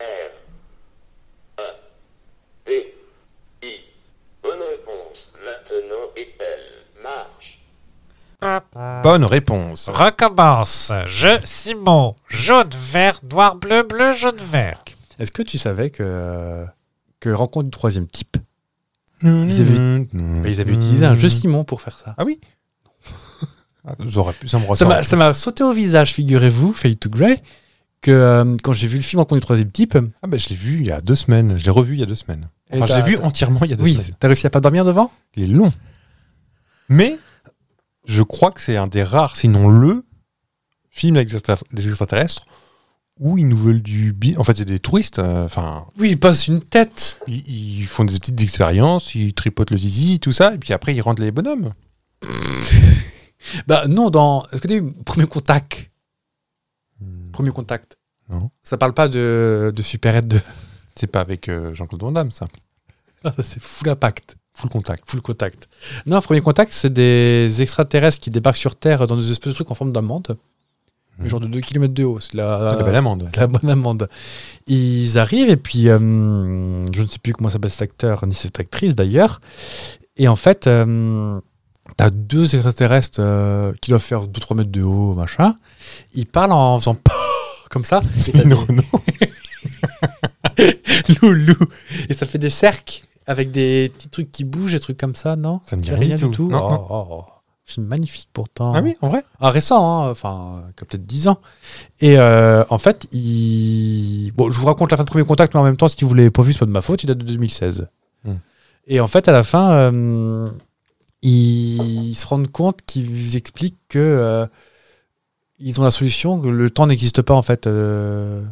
[SPEAKER 4] R A D I. Bonne réponse. Maintenant, Ipel marche.
[SPEAKER 2] Ah. Bonne réponse.
[SPEAKER 7] Recommence. Je, Simon. Jaune, vert, noir, bleu, bleu, jaune, vert.
[SPEAKER 1] Est-ce que tu savais que, que Rencontre du troisième type,
[SPEAKER 2] Ils Hmm.
[SPEAKER 1] avaient-
[SPEAKER 2] Mais
[SPEAKER 1] bah, ils avaient utilisé un jeu Simon pour faire ça
[SPEAKER 2] Ah oui Ah, J'aurais pu, ça me
[SPEAKER 1] Ça
[SPEAKER 2] ressort.
[SPEAKER 1] m'a- ça m'a sauté au visage, figurez-vous, Fade to Grey, que euh, quand j'ai vu le film Rencontre du troisième type,
[SPEAKER 2] Ah bah, je l'ai vu il y a deux semaines. Je l'ai revu il y a deux semaines.
[SPEAKER 1] Et
[SPEAKER 2] Enfin, je
[SPEAKER 1] t'as-
[SPEAKER 2] l'ai vu entièrement il y a deux
[SPEAKER 1] oui,
[SPEAKER 2] semaines.
[SPEAKER 1] t'as réussi à pas dormir devant
[SPEAKER 2] Il est long. Mais je crois que c'est un des rares, sinon le film avec des extra- des extraterrestres où ils nous veulent du bi. En fait, c'est des touristes. euh, Enfin,
[SPEAKER 1] Oui, il passe une tête.
[SPEAKER 2] ils, ils font des petites expériences, ils tripotent le zizi, tout ça, et puis après ils rendent les bonhommes.
[SPEAKER 1] Bah non, dans. Est-ce que t'as eu Premier Contact Premier Contact
[SPEAKER 2] Non.
[SPEAKER 1] Ça parle pas de, de Super de.
[SPEAKER 2] C'est pas avec euh, Jean-Claude Van Damme, ça.
[SPEAKER 1] Ah, ça, c'est full impact.
[SPEAKER 2] Full contact.
[SPEAKER 1] Full contact. Non, Premier Contact, c'est des extraterrestres qui débarquent sur Terre dans des espèces de trucs en forme d'amande. mais
[SPEAKER 2] Mhm.
[SPEAKER 1] Genre de 2 km de haut. Hmm. C'est la,
[SPEAKER 2] Ah, la belle amende.
[SPEAKER 1] la bonne amende. Ils arrivent et puis, euh, je ne sais plus comment s'appelle cet acteur, ni cette actrice d'ailleurs. Et en fait, euh, t'as deux extraterrestres euh, qui doivent faire 2-3 mètres de haut, machin. Ils parlent en faisant comme ça. Et t'as
[SPEAKER 2] Une
[SPEAKER 1] des-
[SPEAKER 2] Renault.
[SPEAKER 1] Loulou. Et ça fait des cercles avec des petits trucs qui bougent, des trucs comme ça, non
[SPEAKER 2] Ça me dit
[SPEAKER 1] C'est
[SPEAKER 2] rien du tout. Non,
[SPEAKER 1] Oh,
[SPEAKER 2] non.
[SPEAKER 1] oh, oh. Film magnifique pourtant.
[SPEAKER 2] Ah oui, en vrai
[SPEAKER 1] Ah, récent, hein, enfin, euh, qui a peut-être 10 ans. Et euh, en fait, il... bon, je vous raconte la fin de premier contact, mais en même temps, si vous ne l'avez pas vu, c'est pas de ma faute, il date de 2016.
[SPEAKER 2] Hmm.
[SPEAKER 1] Et en fait, à la fin, euh, ils... ils se rendent compte qu'ils expliquent que euh, ils ont la solution, que le temps n'existe pas en fait. euh,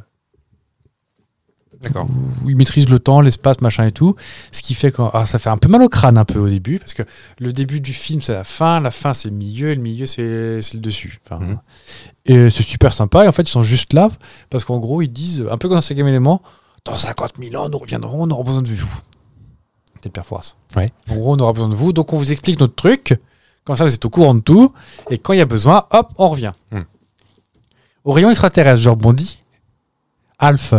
[SPEAKER 2] D'accord.
[SPEAKER 1] où ils maîtrisent le temps, l'espace, machin et tout. Ce qui fait que ah, ça fait un peu mal au crâne un peu au début, parce que le début du film c'est la fin, la fin c'est le milieu, et le milieu c'est c'est le dessus. Enfin,
[SPEAKER 2] Mhm.
[SPEAKER 1] Et c'est super sympa, et en fait ils sont juste là, parce qu'en gros ils disent, un peu comme dans Cinquième élément, dans 50 000 ans nous reviendrons, on aura besoin de vous. T'es le père Fouras.
[SPEAKER 2] Ouais.
[SPEAKER 1] En gros on aura besoin de vous, donc on vous explique notre truc, comme ça vous êtes au courant de tout, et quand il y a besoin, hop, on revient.
[SPEAKER 2] Mhm.
[SPEAKER 1] Au rayon extraterrestre, je rebondis, Alf.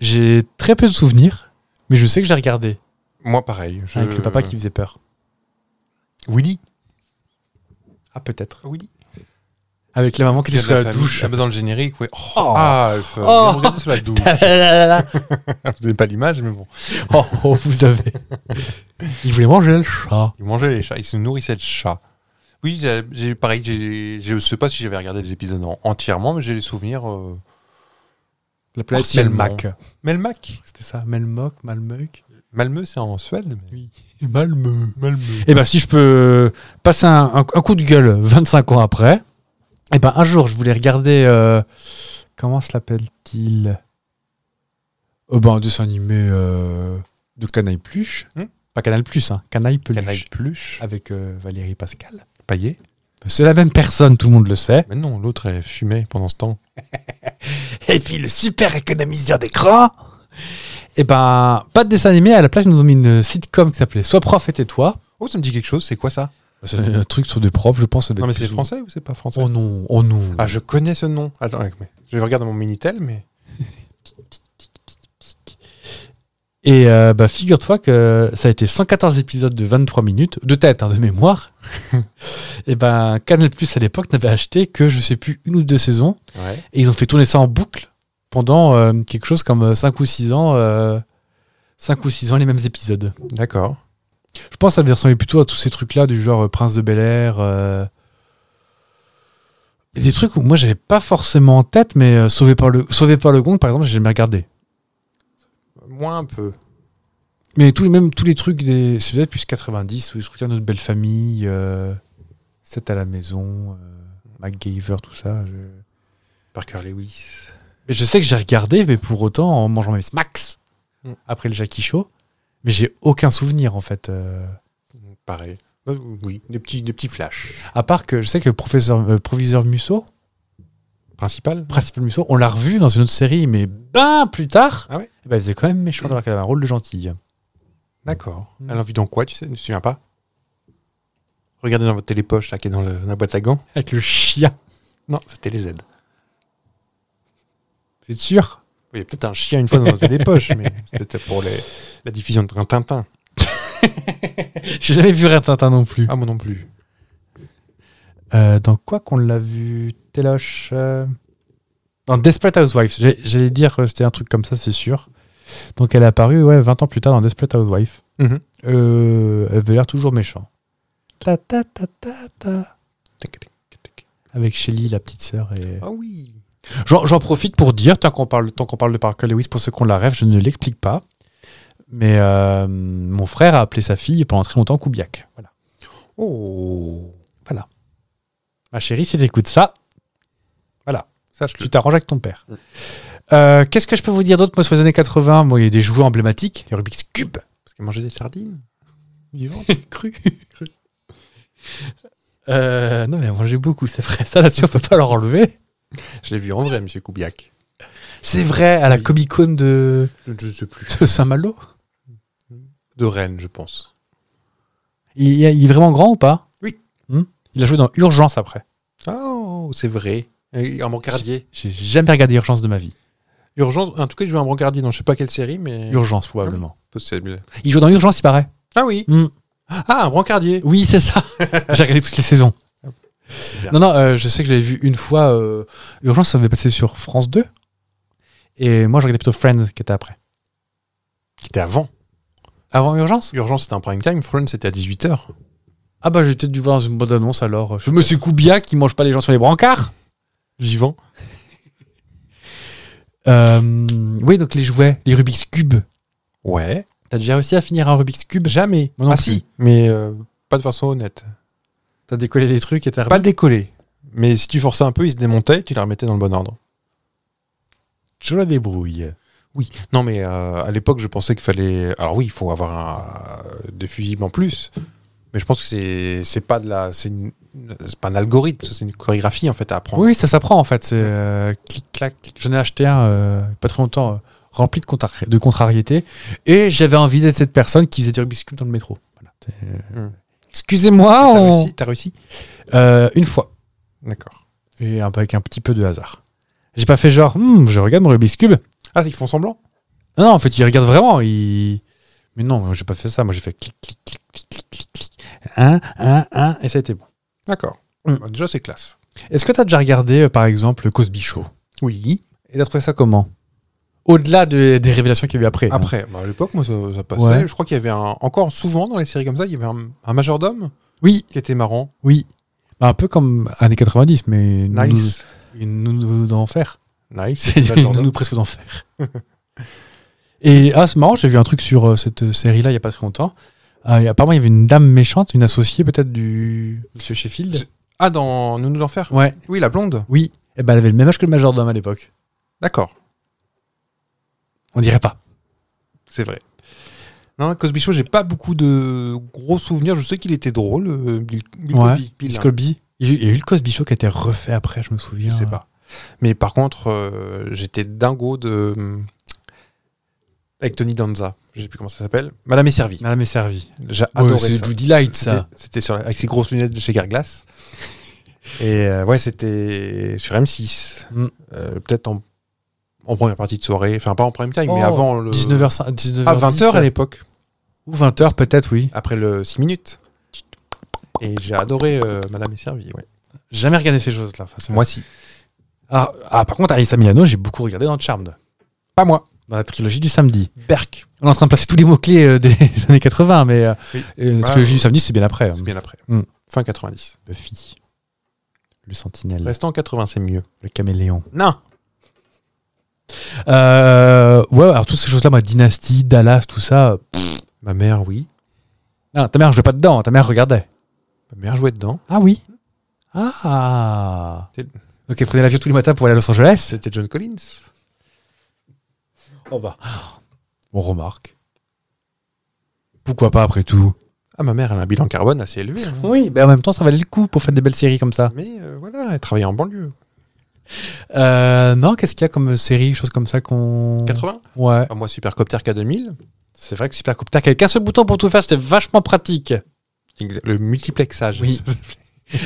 [SPEAKER 1] J'ai très peu de souvenirs, mais je sais que j'ai regardé
[SPEAKER 2] Moi, pareil. je-
[SPEAKER 1] avec le papa qui faisait peur.
[SPEAKER 2] Willy.
[SPEAKER 1] Ah, peut-être.
[SPEAKER 2] Willy.
[SPEAKER 1] Avec la maman qui
[SPEAKER 2] Il y
[SPEAKER 1] était
[SPEAKER 2] a de
[SPEAKER 1] sous la,
[SPEAKER 2] famille.
[SPEAKER 1] douche.
[SPEAKER 2] Ah bah, dans le générique, ouais. Oh,
[SPEAKER 1] Oh.
[SPEAKER 2] Alf.
[SPEAKER 1] Oh.
[SPEAKER 2] Viens regarder sous la douche.
[SPEAKER 1] oh,
[SPEAKER 2] Vous n'avez pas l'image, mais bon.
[SPEAKER 1] oh, vous avez. Il voulait manger le chat.
[SPEAKER 2] Ils mangeaient les chats, ils se nourrissaient de chats. Oui, j'ai- j'ai pareil, j'ai- je sais pas si j'avais regardé les épisodes en- entièrement, mais j'ai les souvenirs. euh,
[SPEAKER 1] La planète
[SPEAKER 2] Partiellement.
[SPEAKER 1] Melmac.
[SPEAKER 2] Melmac.
[SPEAKER 1] C'était ça, Melmoc, Malmeuc.
[SPEAKER 2] Malmö, c'est en Suède. mais-
[SPEAKER 1] Malmeux.
[SPEAKER 2] Malmö.
[SPEAKER 1] Eh ben, si je peux passer un, un- un coup de gueule 25 ans après, eh ben, un jour, je voulais regarder. euh, comment se l'appelle-t-il Euh, ben, Un dessin animé euh, de Canaille Pluche.
[SPEAKER 2] Hmm.
[SPEAKER 1] Pas Canal Plus, hein, Canaille Peluche.
[SPEAKER 2] Canaille pluche.
[SPEAKER 1] Avec euh, Valérie Pascal. Ben,
[SPEAKER 2] Paillet.
[SPEAKER 1] C'est la même personne, tout le monde le sait.
[SPEAKER 2] Mais non, l'autre est fumé pendant ce temps.
[SPEAKER 1] Et puis le super économiseur d'écran. Eh ben, pas de dessin animé, à la place, ils nous ont mis une sitcom qui s'appelait Sois prof et tais-toi.
[SPEAKER 2] Oh, ça me dit quelque chose, c'est quoi ça
[SPEAKER 1] C'est un truc sur des profs, je pense. ça doit
[SPEAKER 2] Non, mais
[SPEAKER 1] être
[SPEAKER 2] c'est
[SPEAKER 1] plus-
[SPEAKER 2] français ou c'est pas français
[SPEAKER 1] Oh non, oh non.
[SPEAKER 2] Ah, je connais ce nom. Attends, mais je regarde dans mon Minitel, mais.
[SPEAKER 1] Et euh, bah, figure-toi que ça a été 114 épisodes de 23 minutes, de tête, hein, de mémoire. et ben Canal Plus à l'époque n'avait acheté que, je sais plus, une ou deux saisons.
[SPEAKER 2] Ouais.
[SPEAKER 1] Et ils ont fait tourner ça en boucle pendant euh, quelque chose comme 5 ou 6 ans. 5 ou 6 ans les mêmes épisodes.
[SPEAKER 2] D'accord.
[SPEAKER 1] Je pense que ça devait ressembler plutôt à tous ces trucs-là du genre euh, Prince de Bel Air. euh, et Des trucs où moi j'avais pas forcément en tête, mais euh, Sauvé par le, Sauvé par le Gong, par exemple, j'ai jamais regardé.
[SPEAKER 2] Moins un peu.
[SPEAKER 1] Mais tous les, même tous les trucs des. C'est peut-être plus 90, ou les trucs à notre belle famille, euh, 7 à la maison, euh, MacGyver, tout ça. Je...
[SPEAKER 2] Parker Lewis.
[SPEAKER 1] Mais je sais que j'ai regardé, mais pour autant, en mangeant mes Max,
[SPEAKER 2] Mm.
[SPEAKER 1] après le Jackie Show. Mais j'ai aucun souvenir, en fait. euh,
[SPEAKER 2] Pareil. Euh, Oui, des petits, des petits flashs.
[SPEAKER 1] à part que je sais que professeur, euh, proviseur Musso,
[SPEAKER 2] Principal
[SPEAKER 1] principal Musso, on l'a revu dans une autre série, mais ben plus tard,
[SPEAKER 2] Ah ouais
[SPEAKER 1] eh ben, elle faisait quand même méchante alors qu'elle avait un rôle de gentille.
[SPEAKER 2] D'accord.
[SPEAKER 1] Mm.
[SPEAKER 2] Elle a envie dans quoi, tu sais Tu te souviens pas Regardez dans votre télépoche, là, qui est dans, le- dans la boîte à gants.
[SPEAKER 1] Avec le chien,
[SPEAKER 2] Non, c'était les Z.
[SPEAKER 1] c'est sûr
[SPEAKER 2] Il y a peut-être un chien une fois dans notre télépoche, mais c'était pour les- la diffusion de Tintin.
[SPEAKER 1] J'ai jamais vu Tintin non plus.
[SPEAKER 2] Ah, moi non plus.
[SPEAKER 1] Euh, dans quoi qu'on l'a vu Téloche euh, Dans Desperate Housewives. J'ai- J'allais dire euh, c'était un truc comme ça, c'est sûr. Donc elle est apparue ouais, 20 ans plus tard dans Desperate Housewives.
[SPEAKER 2] Mhm.
[SPEAKER 1] Euh, elle avait l'air toujours méchant. Ta ta ta ta ta. Avec Shelly, la petite sœur. Et...
[SPEAKER 2] Ah oui
[SPEAKER 1] J'en j'en profite pour dire, tant qu'on parle, tant qu'on parle de Parker Lewis, pour ceux qu'on la rêve, je ne l'explique pas. Mais euh, mon frère a appelé sa fille pendant très longtemps Koubiak. Voilà.
[SPEAKER 2] Oh Voilà.
[SPEAKER 1] Ma chérie, si t'écoutes ça,
[SPEAKER 2] Sache-le.
[SPEAKER 1] Tu t'arranges avec ton père. Euh, Qu'est-ce que je peux vous dire d'autre, moi, sur les années 80 Bon, il y a des jouets emblématiques. Il y a Rubik's Cube,
[SPEAKER 2] Parce qu'il mangeait des sardines Vivant
[SPEAKER 1] cru. Euh, non, mais on mangeait beaucoup, c'est vrai. Ça, là-dessus, on peut pas leur enlever.
[SPEAKER 2] Je l'ai vu en vrai, monsieur Koubiak.
[SPEAKER 1] C'est vrai, à la
[SPEAKER 2] Oui.
[SPEAKER 1] Comic Con de,
[SPEAKER 2] Je ne sais plus.
[SPEAKER 1] de Saint-Malo.
[SPEAKER 2] De Rennes, je pense.
[SPEAKER 1] Il, il est vraiment grand ou pas
[SPEAKER 2] Oui.
[SPEAKER 1] Hmm il a joué dans Urgence après.
[SPEAKER 2] Oh, c'est vrai. Et En brancardier.
[SPEAKER 1] J'ai jamais regardé Urgence de ma vie.
[SPEAKER 2] Urgence. En tout cas, il jouait un brancardier dans je sais pas quelle série, mais.
[SPEAKER 1] Urgence, probablement.
[SPEAKER 2] Possible.
[SPEAKER 1] Il joue dans Urgence, il paraît.
[SPEAKER 2] Ah oui
[SPEAKER 1] Hmm.
[SPEAKER 2] Ah, un brancardier
[SPEAKER 1] Oui, c'est ça. J'ai regardé toutes les saisons.
[SPEAKER 2] bien.
[SPEAKER 1] Non, non, euh, je sais que je l'avais vu une fois. euh, Urgence, ça avait passé sur France 2. Et moi, je regardais plutôt Friends, qui était après.
[SPEAKER 2] Qui était avant.
[SPEAKER 1] Avant Urgence
[SPEAKER 2] Urgence, c'était un prime time. Friends, c'était à 18h.
[SPEAKER 1] Ah bah, j'ai peut-être dû voir dans une bonne annonce alors. euh, Je me suis Koubia qui mange pas les gens sur les brancards.
[SPEAKER 2] Vivant.
[SPEAKER 1] Euh, oui, donc les jouets, les Rubik's Cube.
[SPEAKER 2] Ouais.
[SPEAKER 1] T'as déjà réussi à finir un Rubik's Cube
[SPEAKER 2] Jamais.
[SPEAKER 1] Moi non
[SPEAKER 2] ah
[SPEAKER 1] plus.
[SPEAKER 2] si, mais euh, pas de façon honnête.
[SPEAKER 1] T'as décollé les trucs et t'as
[SPEAKER 2] Pas décollé. Mais si tu forçais un peu, il se démontait, tu les remettais dans le bon ordre.
[SPEAKER 1] Je la débrouille.
[SPEAKER 2] Oui. Non, mais euh, à l'époque, je pensais qu'il fallait. Alors oui, il faut avoir un... euh, des fusibles en plus. Mais je pense que c'est c'est pas de la c'est une- c'est pas un algorithme, ça, c'est une chorégraphie en fait à apprendre.
[SPEAKER 1] Oui, ça s'apprend en fait. C'est euh, clic, clac, clic. J'en ai acheté un euh, pas très longtemps, euh, rempli de, contra- de contrariétés. Et j'avais envie d'être cette personne qui faisait du Rubik's Cube dans le métro. Voilà. C'est- euh,
[SPEAKER 2] Hmm.
[SPEAKER 1] Excusez-moi,
[SPEAKER 2] T'as
[SPEAKER 1] on-
[SPEAKER 2] réussi, t'as réussi
[SPEAKER 1] Euh, une fois.
[SPEAKER 2] D'accord.
[SPEAKER 1] Et un peu- avec un petit peu de hasard. J'ai pas fait genre, Hmm, je regarde mon Rubik's Cube.
[SPEAKER 2] Ah, ils font semblant.
[SPEAKER 1] Non, non, en fait, il regarde vraiment. Il... Mais non, moi, j'ai pas fait ça. Moi, j'ai fait clic, clic, clic, clic, clic, clic, clic. Un, un, un. Et ça a été bon.
[SPEAKER 2] D'accord.
[SPEAKER 1] Mm.
[SPEAKER 2] Bah, déjà, c'est classe.
[SPEAKER 1] Est-ce que t'as déjà regardé, euh, par exemple, Cosby Show
[SPEAKER 2] Oui.
[SPEAKER 1] Et t'as trouvé ça comment Au-delà de- des révélations qu'il y a eu après. hein.
[SPEAKER 2] Après, bah, à l'époque, moi, ça, ça passait.
[SPEAKER 1] Ouais.
[SPEAKER 2] Je crois qu'il y avait un... encore souvent dans les séries comme ça, il y avait un, un majordome
[SPEAKER 1] Oui,
[SPEAKER 2] qui était marrant.
[SPEAKER 1] Oui. Bah, un peu comme années 90, mais une nounou-
[SPEAKER 2] Nice.
[SPEAKER 1] une nounou d'enfer.
[SPEAKER 2] Nice.
[SPEAKER 1] C'est
[SPEAKER 2] c'était le
[SPEAKER 1] une
[SPEAKER 2] majordome.
[SPEAKER 1] nounou presque d'enfer. Et ah, c'est marrant, j'ai vu un truc sur euh, cette série-là il n'y a pas très longtemps. Euh, et apparemment, il y avait une dame méchante, une associée peut-être du Monsieur Sheffield.
[SPEAKER 2] Ah, dans Nous nous enfer
[SPEAKER 1] Ouais,
[SPEAKER 2] Oui, la blonde.
[SPEAKER 1] oui. Et ben, elle avait le même âge que le majordome à l'époque.
[SPEAKER 2] D'accord.
[SPEAKER 1] On dirait pas.
[SPEAKER 2] C'est vrai. Non, Cosby Show, j'ai pas beaucoup de gros souvenirs. Je sais qu'il était drôle, euh, Bill, Bill
[SPEAKER 1] Ouais,
[SPEAKER 2] Cosby. Bill,
[SPEAKER 1] Bill
[SPEAKER 2] hein.
[SPEAKER 1] Cosby. Il y a eu- il y a eu le Cosby Show qui a été refait après, je me
[SPEAKER 2] je
[SPEAKER 1] souviens.
[SPEAKER 2] sais pas. Mais par contre, euh, j'étais dingo de. euh, avec Tony Danza. Je sais plus comment ça s'appelle. Madame est servie.
[SPEAKER 1] Madame est servie.
[SPEAKER 2] J'ai
[SPEAKER 1] Ouais,
[SPEAKER 2] adoré
[SPEAKER 1] c'est
[SPEAKER 2] ça.
[SPEAKER 1] Judy Light,
[SPEAKER 2] C'était-
[SPEAKER 1] ça.
[SPEAKER 2] C'était sur la- avec ses grosses lunettes de chez Carglass. Et euh, ouais, c'était sur M6.
[SPEAKER 1] Mm.
[SPEAKER 2] Euh, Peut-être en, en première partie de soirée. Enfin, pas en prime time, mais
[SPEAKER 1] Oh,
[SPEAKER 2] avant le. Ah,
[SPEAKER 1] 19h, 19h10,
[SPEAKER 2] à 20h à l'époque,
[SPEAKER 1] Ou 20h peut-être, oui.
[SPEAKER 2] après le 6 minutes. Et j'ai adoré euh, Madame est servie. Ouais.
[SPEAKER 1] J'ai Jamais regardé ces choses-là. Enfin, c'est-
[SPEAKER 2] Moi, si.
[SPEAKER 1] Ah, ah, par contre, Alissa Milano, j'ai beaucoup regardé dans Charmed.
[SPEAKER 2] Pas moi.
[SPEAKER 1] Dans la trilogie du samedi.
[SPEAKER 2] Berk.
[SPEAKER 1] On est en train de placer tous les mots-clés euh, des années 80, mais euh,
[SPEAKER 2] Oui.
[SPEAKER 1] euh, la
[SPEAKER 2] Ah,
[SPEAKER 1] trilogie
[SPEAKER 2] oui.
[SPEAKER 1] du samedi, c'est bien après. hein.
[SPEAKER 2] C'est bien après.
[SPEAKER 1] Mm.
[SPEAKER 2] Fin 90.
[SPEAKER 1] Buffy. Le sentinelle.
[SPEAKER 2] Restant en 80, c'est mieux.
[SPEAKER 1] Le caméléon.
[SPEAKER 2] Non.
[SPEAKER 1] Euh, ouais, alors toutes ces choses-là, moi, Dynasty, Dallas, tout ça. euh,
[SPEAKER 2] Ma mère, oui.
[SPEAKER 1] Non, ta mère jouait pas dedans, ta mère regardait.
[SPEAKER 2] Ma mère jouait dedans.
[SPEAKER 1] Ah oui Ah
[SPEAKER 2] C'est-
[SPEAKER 1] Ok, prenez l'avion tous les matins pour aller à Los Angeles
[SPEAKER 2] C'était John Collins.
[SPEAKER 1] Oh bah. On remarque. Pourquoi pas après tout
[SPEAKER 2] Ah, ma mère, elle a un bilan carbone assez élevé. hein.
[SPEAKER 1] Oui, mais en même temps, ça valait le coup pour faire des belles séries comme ça.
[SPEAKER 2] Mais euh, voilà, elle travaillait en banlieue.
[SPEAKER 1] Euh, non, qu'est-ce qu'il y a comme série, choses comme ça qu'on.
[SPEAKER 2] 80
[SPEAKER 1] Ouais.
[SPEAKER 2] Enfin, Moi, Supercopter K2000.
[SPEAKER 1] C'est vrai que Supercopter, qui avait qu'un seul bouton pour tout faire, c'était vachement pratique.
[SPEAKER 2] Exact- Le multiplexage.
[SPEAKER 1] Oui.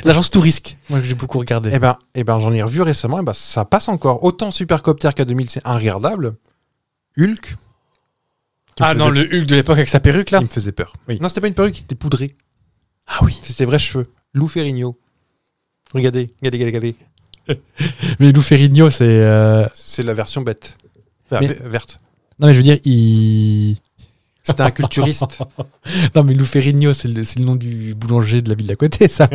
[SPEAKER 1] L'agence tout risque. Moi, j'ai beaucoup regardé.
[SPEAKER 2] Eh ben, eh ben j'en ai revu récemment, eh ben, ça passe encore. Autant Supercopter K2000, c'est regardable. Hulk. qui me
[SPEAKER 1] ah
[SPEAKER 2] faisait-
[SPEAKER 1] non, le Hulk de l'époque avec sa perruque là
[SPEAKER 2] Il me faisait peur.
[SPEAKER 1] Oui.
[SPEAKER 2] Non, c'était pas une perruque, était poudrée.
[SPEAKER 1] Ah oui.
[SPEAKER 2] C'était ses vrais cheveux. Lou Ferrigno. Regardez, regardez, regardez. regardez.
[SPEAKER 1] Mais Lou Ferrigno, c'est. euh,
[SPEAKER 2] C'est la version bête. Enfin,
[SPEAKER 1] Mais-
[SPEAKER 2] ve- Verte.
[SPEAKER 1] Non, mais je veux dire, il.
[SPEAKER 2] C'était un culturiste.
[SPEAKER 1] Non, mais Lou Ferrigno, c'est le, c'est le nom du boulanger de la ville d'à côté, ça.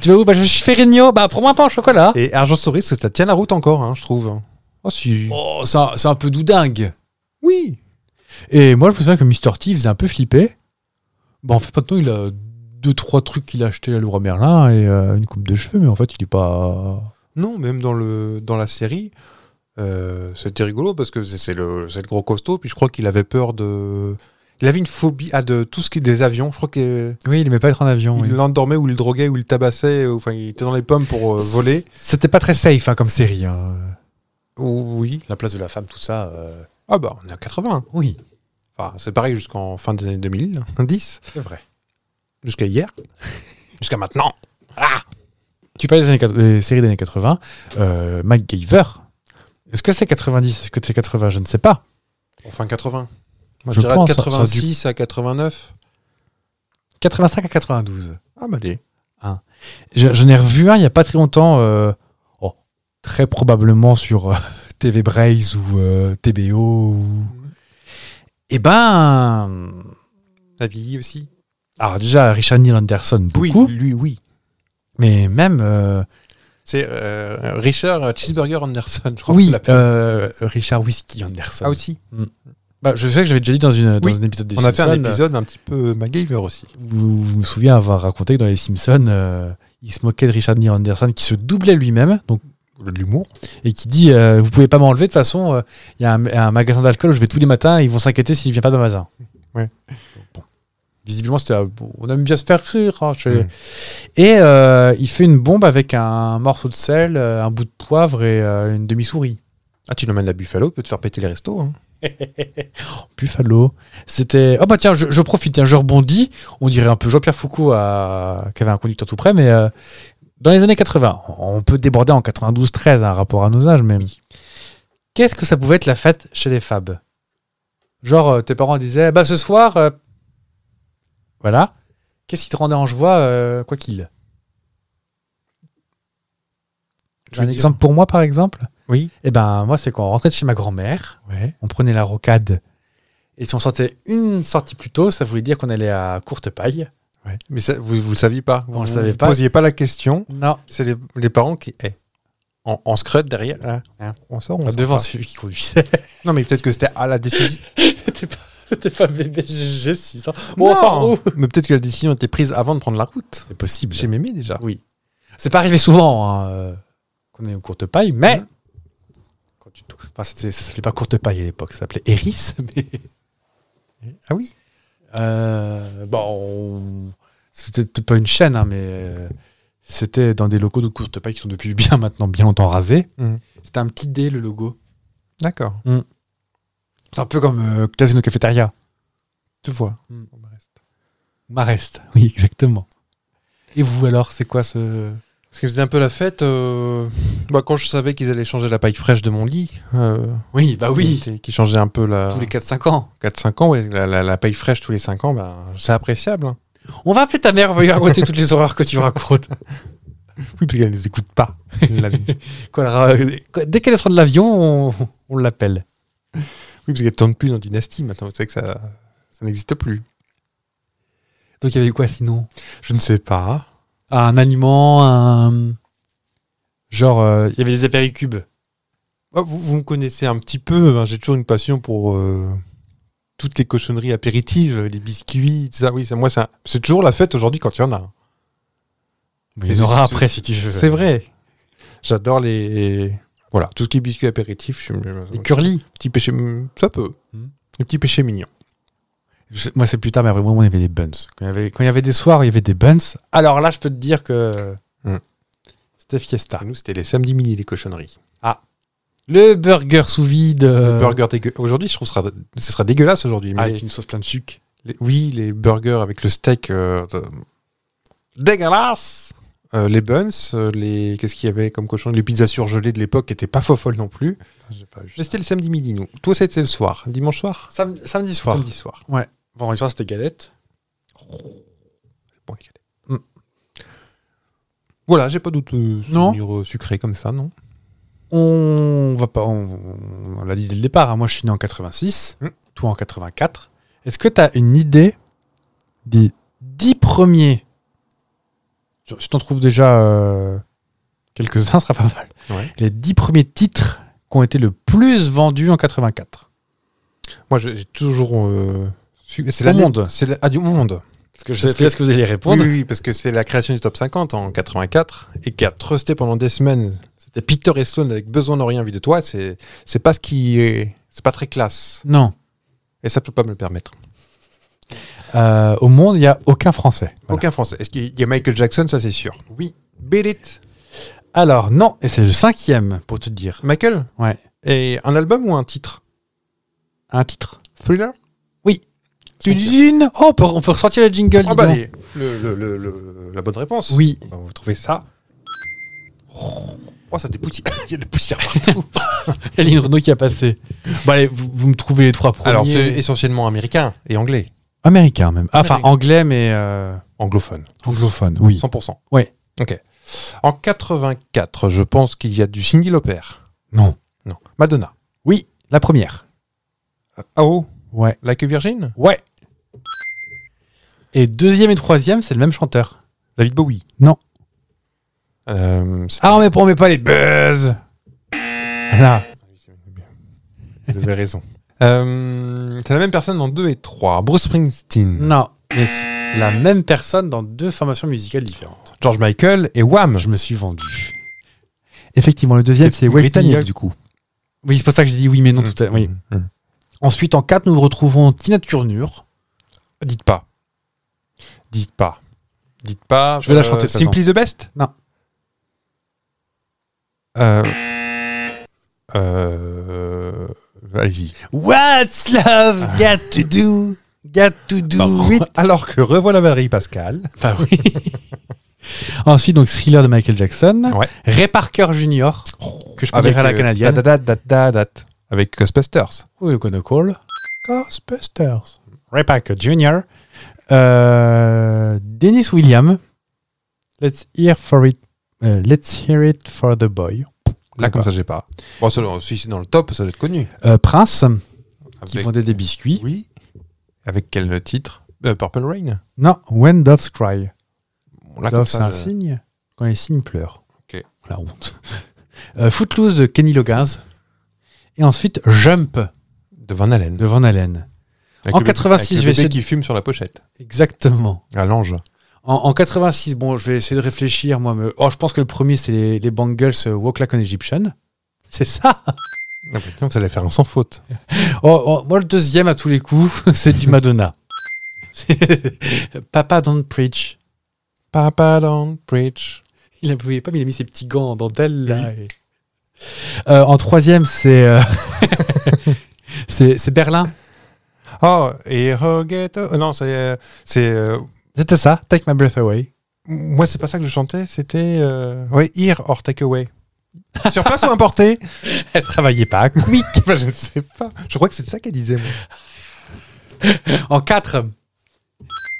[SPEAKER 1] tu vas où Bah, je suis Ferrigno. Bah, prends-moi un pain au chocolat.
[SPEAKER 2] Et Argent Story, ça tient la route encore, hein, je trouve. Oh, si.
[SPEAKER 1] Oh, c'est un, c'est un peu doudingue.
[SPEAKER 2] Oui.
[SPEAKER 1] Et moi, je me souviens que Mr. T faisait un peu flipper. Bah, en fait, maintenant, il a deux, trois trucs qu'il a acheté à Leroy Merlin et euh, une coupe de cheveux, mais en fait, il est pas.
[SPEAKER 2] Non, même dans, le, dans la série, euh, c'était rigolo parce que c'est- c'est le, c'est le gros costaud. Puis je crois qu'il avait peur de. Il avait une phobie ah, de tout ce qui est des avions. Je crois qu'il
[SPEAKER 1] Oui, il aimait pas être en avion. oui. Euh,
[SPEAKER 2] l'endormait ou il le droguait ou il le tabassait. ou- Enfin, il était dans les pommes pour euh, voler.
[SPEAKER 1] C'était pas très safe hein, comme série. hein.
[SPEAKER 2] Ou- oui.
[SPEAKER 1] La place de la femme, tout ça. euh,
[SPEAKER 2] Ah bah, on est à 80.
[SPEAKER 1] Oui,
[SPEAKER 2] Enfin, c'est pareil jusqu'en fin des années 2010,
[SPEAKER 1] c'est vrai.
[SPEAKER 2] jusqu'à hier, jusqu'à maintenant.
[SPEAKER 1] Ah. Tu parles des, années quat- des séries des années 80. Euh, MacGyver. Est-ce que c'est 90 Est-ce que c'est 80 Je ne sais pas.
[SPEAKER 2] Enfin, 80. Moi,
[SPEAKER 1] Je
[SPEAKER 2] je, dirais
[SPEAKER 1] pense,
[SPEAKER 2] de
[SPEAKER 1] ça- ça a dû-
[SPEAKER 2] 86 à 89.
[SPEAKER 1] 85 à 92.
[SPEAKER 2] Ah bah, allez.
[SPEAKER 1] Je- J'en ai revu un il n'y a pas très longtemps. euh, oh, très probablement sur euh, TV Braise ou euh, TBO. Ou...
[SPEAKER 2] Mm.
[SPEAKER 1] Eh ben.
[SPEAKER 2] La vieilli aussi.
[SPEAKER 1] Alors, déjà, Richard Neal Anderson, beaucoup.
[SPEAKER 2] lui, oui.
[SPEAKER 1] Mais même. euh,
[SPEAKER 2] C'est euh, Richard Cheeseburger Anderson, je crois.
[SPEAKER 1] oui,
[SPEAKER 2] qu'il l'appelle.
[SPEAKER 1] euh, Richard Whiskey Anderson.
[SPEAKER 2] Ah aussi.
[SPEAKER 1] Bah, je sais que j'avais déjà dit dans, une, dans
[SPEAKER 2] Oui.
[SPEAKER 1] un épisode des
[SPEAKER 2] On a fait un
[SPEAKER 1] Simpsons,
[SPEAKER 2] épisode un petit peu MacGyver aussi.
[SPEAKER 1] vous, vous me souviens avoir raconté que dans les Simpsons, euh, il se moquait de Richard Neal Anderson qui se doublait lui-même donc,
[SPEAKER 2] De l'humour.
[SPEAKER 1] et qui dit euh, Vous pouvez pas m'enlever, de toute façon, euh, il y a un, un magasin d'alcool où je vais tous les matins et ils vont s'inquiéter s'il vient pas de magasin.
[SPEAKER 2] Ouais.
[SPEAKER 1] Bon. Visiblement, c'était, euh, bon, on aime bien se faire rire. hein, chez-
[SPEAKER 2] Mm.
[SPEAKER 1] Et euh, il fait une bombe avec un morceau de sel, euh, un bout de poivre et euh, une demi-souris.
[SPEAKER 2] Ah, tu l'emmènes à Buffalo, peut te faire péter les restos. hein.
[SPEAKER 1] Buffalo. C'était. Ah bah tiens, je, je profite, tiens, je rebondis. On dirait un peu Jean-Pierre Foucault à... qui avait un conducteur tout près, mais euh, dans les années 80, on peut déborder en 92-13, un rapport à nos âges même. Qu'est-ce que ça pouvait être la fête chez les Fab Genre, euh, tes parents disaient, bah ce soir, euh, voilà. Qu'est-ce qui te rendait en joie, euh, quoi qu'il
[SPEAKER 2] Je veux
[SPEAKER 1] Un
[SPEAKER 2] dire-
[SPEAKER 1] exemple pour moi, par exemple
[SPEAKER 2] Oui.
[SPEAKER 1] Eh ben, moi, c'est quand on rentrait de chez ma grand-mère,
[SPEAKER 2] Ouais.
[SPEAKER 1] on prenait la rocade. Et si on sortait une sortie plus tôt, ça voulait dire qu'on allait à courte paille.
[SPEAKER 2] ouais. Mais ça, vous ne le saviez pas.
[SPEAKER 1] On
[SPEAKER 2] vous
[SPEAKER 1] le savait
[SPEAKER 2] vous
[SPEAKER 1] pas.
[SPEAKER 2] posiez pas la question.
[SPEAKER 1] Non.
[SPEAKER 2] C'est les, les parents qui. eh, en, en scrut derrière. là,
[SPEAKER 1] Hein.
[SPEAKER 2] On sort, on
[SPEAKER 1] Enfin,
[SPEAKER 2] sort
[SPEAKER 1] devant
[SPEAKER 2] pas.
[SPEAKER 1] celui qui conduisait.
[SPEAKER 2] Non, mais peut-être que c'était à la décision.
[SPEAKER 1] C'était pas, c'était pas BBG 600.
[SPEAKER 2] Non.
[SPEAKER 1] Bon, on sort où
[SPEAKER 2] Mais peut-être que la décision était prise avant de prendre la route.
[SPEAKER 1] C'est possible.
[SPEAKER 2] Chez Mémé déjà.
[SPEAKER 1] Oui. C'est pas arrivé souvent hein, euh, qu'on ait une courte paille, mais. Quand tu tou- Enfin, c'était- ça s'appelait pas courte paille à l'époque, ça s'appelait Eris. Mais...
[SPEAKER 2] Ah oui.
[SPEAKER 1] Euh, bon, on- c'était peut-être pas une chaîne, hein, mais euh, c'était dans des locaux de courte paille qui sont depuis bien Mm. maintenant, bien longtemps rasés.
[SPEAKER 2] Mhm.
[SPEAKER 1] C'était un petit dé le logo.
[SPEAKER 2] D'accord.
[SPEAKER 1] C'est un peu comme euh, Casino Cafétéria.
[SPEAKER 2] Tu vois.
[SPEAKER 1] Hmm. Marest, oui, exactement. Et vous alors, c'est quoi ce.
[SPEAKER 2] Parce qu'ils faisaient un peu la fête. euh, bah, quand je savais qu'ils allaient changer la paille fraîche de mon lit, euh,
[SPEAKER 1] Oui, bah
[SPEAKER 2] qui- qui changeait un peu la.
[SPEAKER 1] Tous les 4-5 ans.
[SPEAKER 2] 4-5 ans, ouais, la, la- la paille fraîche tous les 5 ans, bah, c'est appréciable. hein.
[SPEAKER 1] On va appeler ta mère, on va lui raconter toutes les horreurs que tu racontes.
[SPEAKER 2] Oui, parce qu'elle ne les écoute pas. la vie. oui,
[SPEAKER 1] Quoi, elle ra- quoi, dès qu'elle sera de l'avion, on, on l'appelle.
[SPEAKER 2] parce qu'elle ne tourne plus dans Dynasty maintenant. Vous savez que ça, ça n'existe plus.
[SPEAKER 1] Donc il y avait eu quoi sinon
[SPEAKER 2] Je ne sais pas.
[SPEAKER 1] Un aliment, un. Genre, euh, il y avait des apéricubes.
[SPEAKER 2] Oh, vous, vous me connaissez un petit peu. hein, J'ai toujours une passion pour euh, toutes les cochonneries apéritives, les biscuits, tout ça. Oui, ça, moi, ça- c'est toujours la fête aujourd'hui quand il y en a.
[SPEAKER 1] Mais
[SPEAKER 2] Mais
[SPEAKER 1] il y en aura
[SPEAKER 2] c'est-
[SPEAKER 1] après si tu veux.
[SPEAKER 2] C'est vrai. J'adore les. Voilà, tout ce qui est biscuits apéritifs. Je suis...
[SPEAKER 1] Les curly.
[SPEAKER 2] Petit péché. Ça peut.
[SPEAKER 1] Hmm.
[SPEAKER 2] Les petits péchés mignons.
[SPEAKER 1] Je- Moi, c'est plus tard, mais vraiment, on avait des buns. Quand il y avait, quand il y avait des soirs, il y avait des buns. Alors là, je peux te dire que.
[SPEAKER 2] Hmm.
[SPEAKER 1] C'était fiesta.
[SPEAKER 2] Nous, c'était les samedis mini, les cochonneries.
[SPEAKER 1] Le burger sous vide. euh,
[SPEAKER 2] Le burger dégueu- Aujourd'hui, je trouve que ce sera, ce sera dégueulasse aujourd'hui. mais
[SPEAKER 1] Ah, Avec
[SPEAKER 2] les-
[SPEAKER 1] une sauce plein de sucre.
[SPEAKER 2] les- oui, les burgers avec le steak. euh, de- Dégueulasse Euh, Les buns, euh, les qu'est-ce qu'il y avait comme cochon Les pizzas surgelées de l'époque qui n'étaient pas folles non plus.
[SPEAKER 1] Ah,
[SPEAKER 2] Mais C'était le samedi midi, nous. Toi, c'était le soir. Dimanche soir
[SPEAKER 1] samedi soir.
[SPEAKER 2] Samedi soir.
[SPEAKER 1] Vendredi soir, c'était galette.
[SPEAKER 2] Bon, il allait. Voilà, j'ai pas d'autres euh,
[SPEAKER 1] Mm. Non.
[SPEAKER 2] souvenirs euh, sucrés comme ça, non
[SPEAKER 1] On va pas. On, on l'a dit dès le départ. hein. Moi, je suis né en 86.
[SPEAKER 2] Hmm.
[SPEAKER 1] Toi, en 84. Est-ce que tu as une idée des dix premiers Je, je t'en trouve déjà euh, quelques-uns, ce sera pas mal.
[SPEAKER 2] Ouais.
[SPEAKER 1] Les dix premiers titres qui ont été le plus vendus en 84.
[SPEAKER 2] Moi, j'ai j'ai toujours. euh, su- C'est
[SPEAKER 1] Au
[SPEAKER 2] la
[SPEAKER 1] monde.
[SPEAKER 2] C'est la... Ah, du monde.
[SPEAKER 1] Est-ce que,
[SPEAKER 2] je- est-ce que-
[SPEAKER 1] vous allez
[SPEAKER 2] Oui,
[SPEAKER 1] répondre
[SPEAKER 2] oui, oui, parce que c'est la création du top 50 en 84 et qui a trusté pendant des semaines. C'était Peter et Sloan avec besoin de rien vu de toi. C'est c'est pas ce qui est, c'est pas très classe
[SPEAKER 1] Non.
[SPEAKER 2] et ça peut pas me le permettre.
[SPEAKER 1] Euh, au monde, il n'y a aucun Français. Voilà.
[SPEAKER 2] Aucun français. Est-ce qu'il y a Michael Jackson, ça c'est sûr. Oui. Belit,
[SPEAKER 1] Alors, non, et c'est le cinquième, pour te dire.
[SPEAKER 2] Michael.
[SPEAKER 1] Ouais.
[SPEAKER 2] Et un album ou un titre
[SPEAKER 1] Un titre.
[SPEAKER 2] Thriller.
[SPEAKER 1] Tu dis une Oh, on peut, on peut ressortir le jingle,
[SPEAKER 2] Ah
[SPEAKER 1] dis
[SPEAKER 2] bah
[SPEAKER 1] donc.
[SPEAKER 2] allez, le, le- le- le- la bonne réponse.
[SPEAKER 1] Oui.
[SPEAKER 2] On va vous trouvez ça. Oh, ça dépoussière. Il y a de la poussière partout.
[SPEAKER 1] Il y a une Renault qui a passé. Bon, allez, vous, vous me trouvez les trois premiers.
[SPEAKER 2] Alors, c'est essentiellement américain et anglais.
[SPEAKER 1] Américain, même. Ah, Enfin,
[SPEAKER 2] Américain.
[SPEAKER 1] anglais, mais. euh,
[SPEAKER 2] Anglophone.
[SPEAKER 1] Anglophone, oui.
[SPEAKER 2] 100%.
[SPEAKER 1] Ouais.
[SPEAKER 2] Ok. En 84, je pense qu'il y a du Cindy Lauper.
[SPEAKER 1] Non.
[SPEAKER 2] Non. Madonna.
[SPEAKER 1] Oui, la première. Ah
[SPEAKER 2] Oh,
[SPEAKER 1] Ouais.
[SPEAKER 2] Like a Virgin
[SPEAKER 1] Ouais. Et deuxième et troisième, c'est le même chanteur.
[SPEAKER 2] David Bowie
[SPEAKER 1] Non.
[SPEAKER 2] Euh, c'est-
[SPEAKER 1] Ah, on met, on met pas les buzz Voilà.
[SPEAKER 2] Vous avez raison. Euh, c'est la même personne dans 2 et 3. Bruce Springsteen,
[SPEAKER 1] Non, mais c'est la même personne dans deux formations musicales différentes.
[SPEAKER 2] George Michael et Wham.
[SPEAKER 1] Je me suis vendu. Effectivement, le deuxième, c'est Wake Me
[SPEAKER 2] britannique
[SPEAKER 1] Up.
[SPEAKER 2] du coup.
[SPEAKER 1] Oui, c'est pour ça que j'ai dit oui, mais non, tout à oui.
[SPEAKER 2] Mm.
[SPEAKER 1] Ensuite, en 4, nous retrouvons Tina Turner.
[SPEAKER 2] Dites pas. Dites pas. Dites pas.
[SPEAKER 1] Je vais la chanter, de toute
[SPEAKER 2] Simply the Best
[SPEAKER 1] Non.
[SPEAKER 2] Euh, euh, Allez-y.
[SPEAKER 1] What's love got to do? Got to
[SPEAKER 2] Bah,
[SPEAKER 1] do it.
[SPEAKER 2] Alors que revois la Valérie Pascal.
[SPEAKER 1] Bah oui. Ensuite, donc Thriller de Michael Jackson.
[SPEAKER 2] Ouais.
[SPEAKER 1] Ray Parker Jr. Que je peux dire à la
[SPEAKER 2] euh,
[SPEAKER 1] canadienne.
[SPEAKER 2] da- da- da- da- da- da- Avec Ghostbusters.
[SPEAKER 1] Oui, qu'on call. Ghostbusters. Ray Parker Jr. Euh, Dennis William. Let's hear for it. euh, let's hear it for the boy.
[SPEAKER 2] Là, comme ça, j'ai pas. Bon, c'est dans- si c'est dans le top, ça doit être connu.
[SPEAKER 1] Euh, Prince, qui
[SPEAKER 2] Avec-
[SPEAKER 1] vendait des biscuits.
[SPEAKER 2] Oui. Avec quel titre Euh, Purple Rain.
[SPEAKER 1] Non, When Doves Cry.
[SPEAKER 2] Bon, là, comme
[SPEAKER 1] Dove,
[SPEAKER 2] ça,
[SPEAKER 1] c'est un
[SPEAKER 2] je-
[SPEAKER 1] signe quand les signes pleurent.
[SPEAKER 2] Ok.
[SPEAKER 1] La honte. Euh, Footloose de Kenny Loggins. Et ensuite Jump
[SPEAKER 2] De Van Halen.
[SPEAKER 1] de Van Allen.
[SPEAKER 2] Avec
[SPEAKER 1] En
[SPEAKER 2] le bébé-
[SPEAKER 1] 86, je
[SPEAKER 2] avec le
[SPEAKER 1] vais
[SPEAKER 2] bébé
[SPEAKER 1] essayer de-
[SPEAKER 2] qui fume sur la pochette.
[SPEAKER 1] Exactement.
[SPEAKER 2] À Ah, l'ange.
[SPEAKER 1] En, en 86, bon, je vais essayer de réfléchir, moi. Mais... Oh, je pense que le premier, c'est les, les Bangles euh, Walk Like an Egyptian. C'est ça
[SPEAKER 2] Ah, putain, vous allez faire un sans faute.
[SPEAKER 1] Oh, oh, Moi, le deuxième, à tous les coups, c'est du Madonna. C'est- Papa Don't Preach.
[SPEAKER 2] Papa don't preach.
[SPEAKER 1] Il ne pouvait pas, mais il a mis ses petits gants en dentelle, là. et- Euh, en troisième, c'est euh, C'est c'est Berlin.
[SPEAKER 2] Ah, et Roget. euh, non, c'est. euh, c'est euh,
[SPEAKER 1] C'était ça, Take My Breath Away.
[SPEAKER 2] moi, c'est pas ça que je chantais, c'était. euh, ouais, Here or Take Away. Sur place ou importé
[SPEAKER 1] Elle travaillait pas. Quick
[SPEAKER 2] Bah, Je ne sais pas. Je crois que c'est ça qu'elle disait. moi.
[SPEAKER 1] En 4.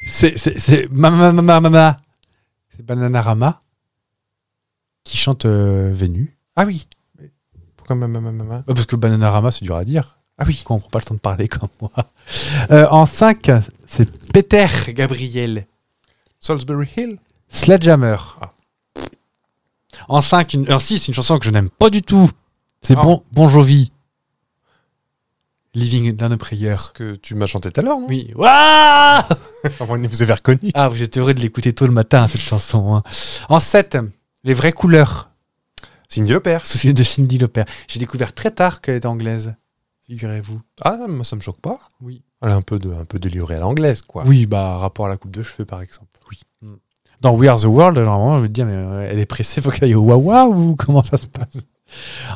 [SPEAKER 1] C'est c'est- c'est ma ma ma ma ma ma. C'est Bananarama qui chante euh, Vénus.
[SPEAKER 2] Ah oui. Mais Pourquoi ma ma ma ma ma
[SPEAKER 1] Ouais, Parce que Bananarama, c'est dur à dire.
[SPEAKER 2] Ah oui.
[SPEAKER 1] Quand on prend pas le temps de parler comme moi. Euh, en 5, c'est Peter Gabriel.
[SPEAKER 2] Salisbury Hill
[SPEAKER 1] Sledgehammer.
[SPEAKER 2] Ah.
[SPEAKER 1] En 5, une, en 6, une chanson que je n'aime pas du tout. C'est
[SPEAKER 2] Ah.
[SPEAKER 1] bon, bon Jovi. Living Down a Prayer.
[SPEAKER 2] que tu m'as chanté tout à l'heure, non
[SPEAKER 1] Oui. Waouh
[SPEAKER 2] Enfin, Vous avez reconnu.
[SPEAKER 1] ah, vous êtes heureux de l'écouter tôt le matin, cette chanson. hein. En 7, Les vraies couleurs.
[SPEAKER 2] Cindy Lopers.
[SPEAKER 1] Souci de Cindy Lauper. J'ai découvert très tard qu'elle était anglaise. Figurez-vous.
[SPEAKER 2] Ah, ça, me- ça me choque pas.
[SPEAKER 1] Oui.
[SPEAKER 2] Elle a un peu de, un peu délivrée à l'anglaise, quoi.
[SPEAKER 1] Oui, bah, rapport à la coupe de cheveux, par exemple. Hmm.
[SPEAKER 2] Oui.
[SPEAKER 1] Dans We Are the World, normalement, je veux dire, mais euh, elle est pressée, faut qu'elle aille au Wawa ou comment ça se passe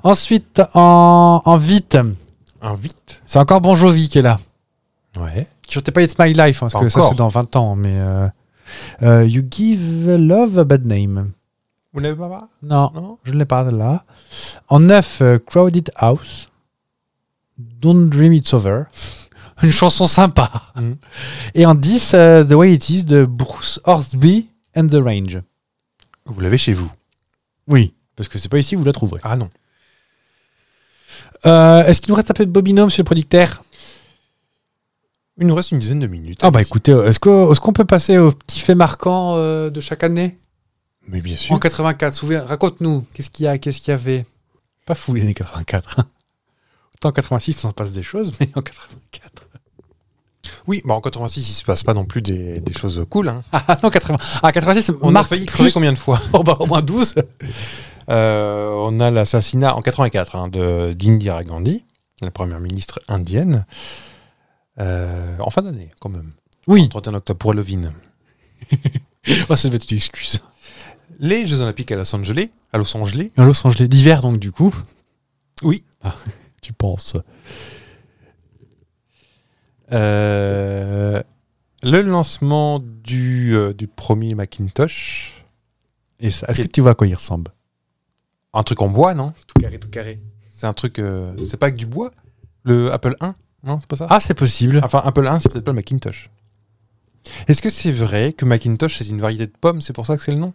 [SPEAKER 1] Ensuite, en, en vite,
[SPEAKER 2] Un vite.
[SPEAKER 1] c'est encore Bon Jovi qui est là.
[SPEAKER 2] Ouais.
[SPEAKER 1] Qui chantait pas It's My Life, hein, parce
[SPEAKER 2] Pas
[SPEAKER 1] que ça
[SPEAKER 2] encore.
[SPEAKER 1] c'est dans 20 ans, mais. euh, euh, you give love a bad name.
[SPEAKER 2] Vous n'avez pas pas
[SPEAKER 1] Non,
[SPEAKER 2] Non
[SPEAKER 1] je ne l'ai pas là. En 9, Crowded House. Don't Dream It's Over. Une chanson sympa.
[SPEAKER 2] Mhm.
[SPEAKER 1] Et en 10, The Way It Is de Bruce Horsby and the Range.
[SPEAKER 2] Vous l'avez chez vous.
[SPEAKER 1] Oui, parce que c'est pas ici que vous la trouverez.
[SPEAKER 2] Ah non.
[SPEAKER 1] Euh, Est-ce qu'il nous reste un peu de bobino, monsieur le producteur
[SPEAKER 2] Il nous reste une dizaine de minutes.
[SPEAKER 1] Ah bah écoutez, euh, est-ce que- est-ce qu'on peut passer au petit fait marquant euh, de chaque année
[SPEAKER 2] Mais bien
[SPEAKER 1] En
[SPEAKER 2] sûr.
[SPEAKER 1] 84, souviens, raconte-nous, qu'est-ce qu'il y a, qu'est-ce qu'il y avait Pas fou les années 84. hein. Autant en 86, on se passe des choses, mais en 84...
[SPEAKER 2] Oui, bah en 86, il se passe pas non plus des, des choses cool. hein.
[SPEAKER 1] Ah non, 80. Ah, 86,
[SPEAKER 2] On
[SPEAKER 1] marque
[SPEAKER 2] a failli crever
[SPEAKER 1] plus-
[SPEAKER 2] combien de fois
[SPEAKER 1] Oh, bah, au moins 12.
[SPEAKER 2] Euh, On a l'assassinat en 84 hein, de d'Indira Gandhi, la première ministre indienne, Euh, en fin d'année quand même.
[SPEAKER 1] Oui.
[SPEAKER 2] Le 31 octobre pour Halloween.
[SPEAKER 1] Oh, ça devait être une excuse.
[SPEAKER 2] Les Jeux Olympiques à Los Angeles, à Los Angeles,
[SPEAKER 1] À Los Angeles, d'hiver, donc, du coup.
[SPEAKER 2] Oui.
[SPEAKER 1] Ah, tu penses.
[SPEAKER 2] Euh, le lancement du, euh, du premier Macintosh.
[SPEAKER 1] Et ça, est-ce que tu vois à quoi il ressemble
[SPEAKER 2] Un truc en bois, non
[SPEAKER 1] Tout carré, tout carré.
[SPEAKER 2] C'est un truc. euh, c'est pas que du bois Le Apple 1 Non, c'est pas ça
[SPEAKER 1] Ah, c'est possible.
[SPEAKER 2] Enfin, Apple 1, c'est peut-être pas le Macintosh. Est-ce que c'est vrai que Macintosh, c'est une variété de pommes C'est pour ça que c'est le nom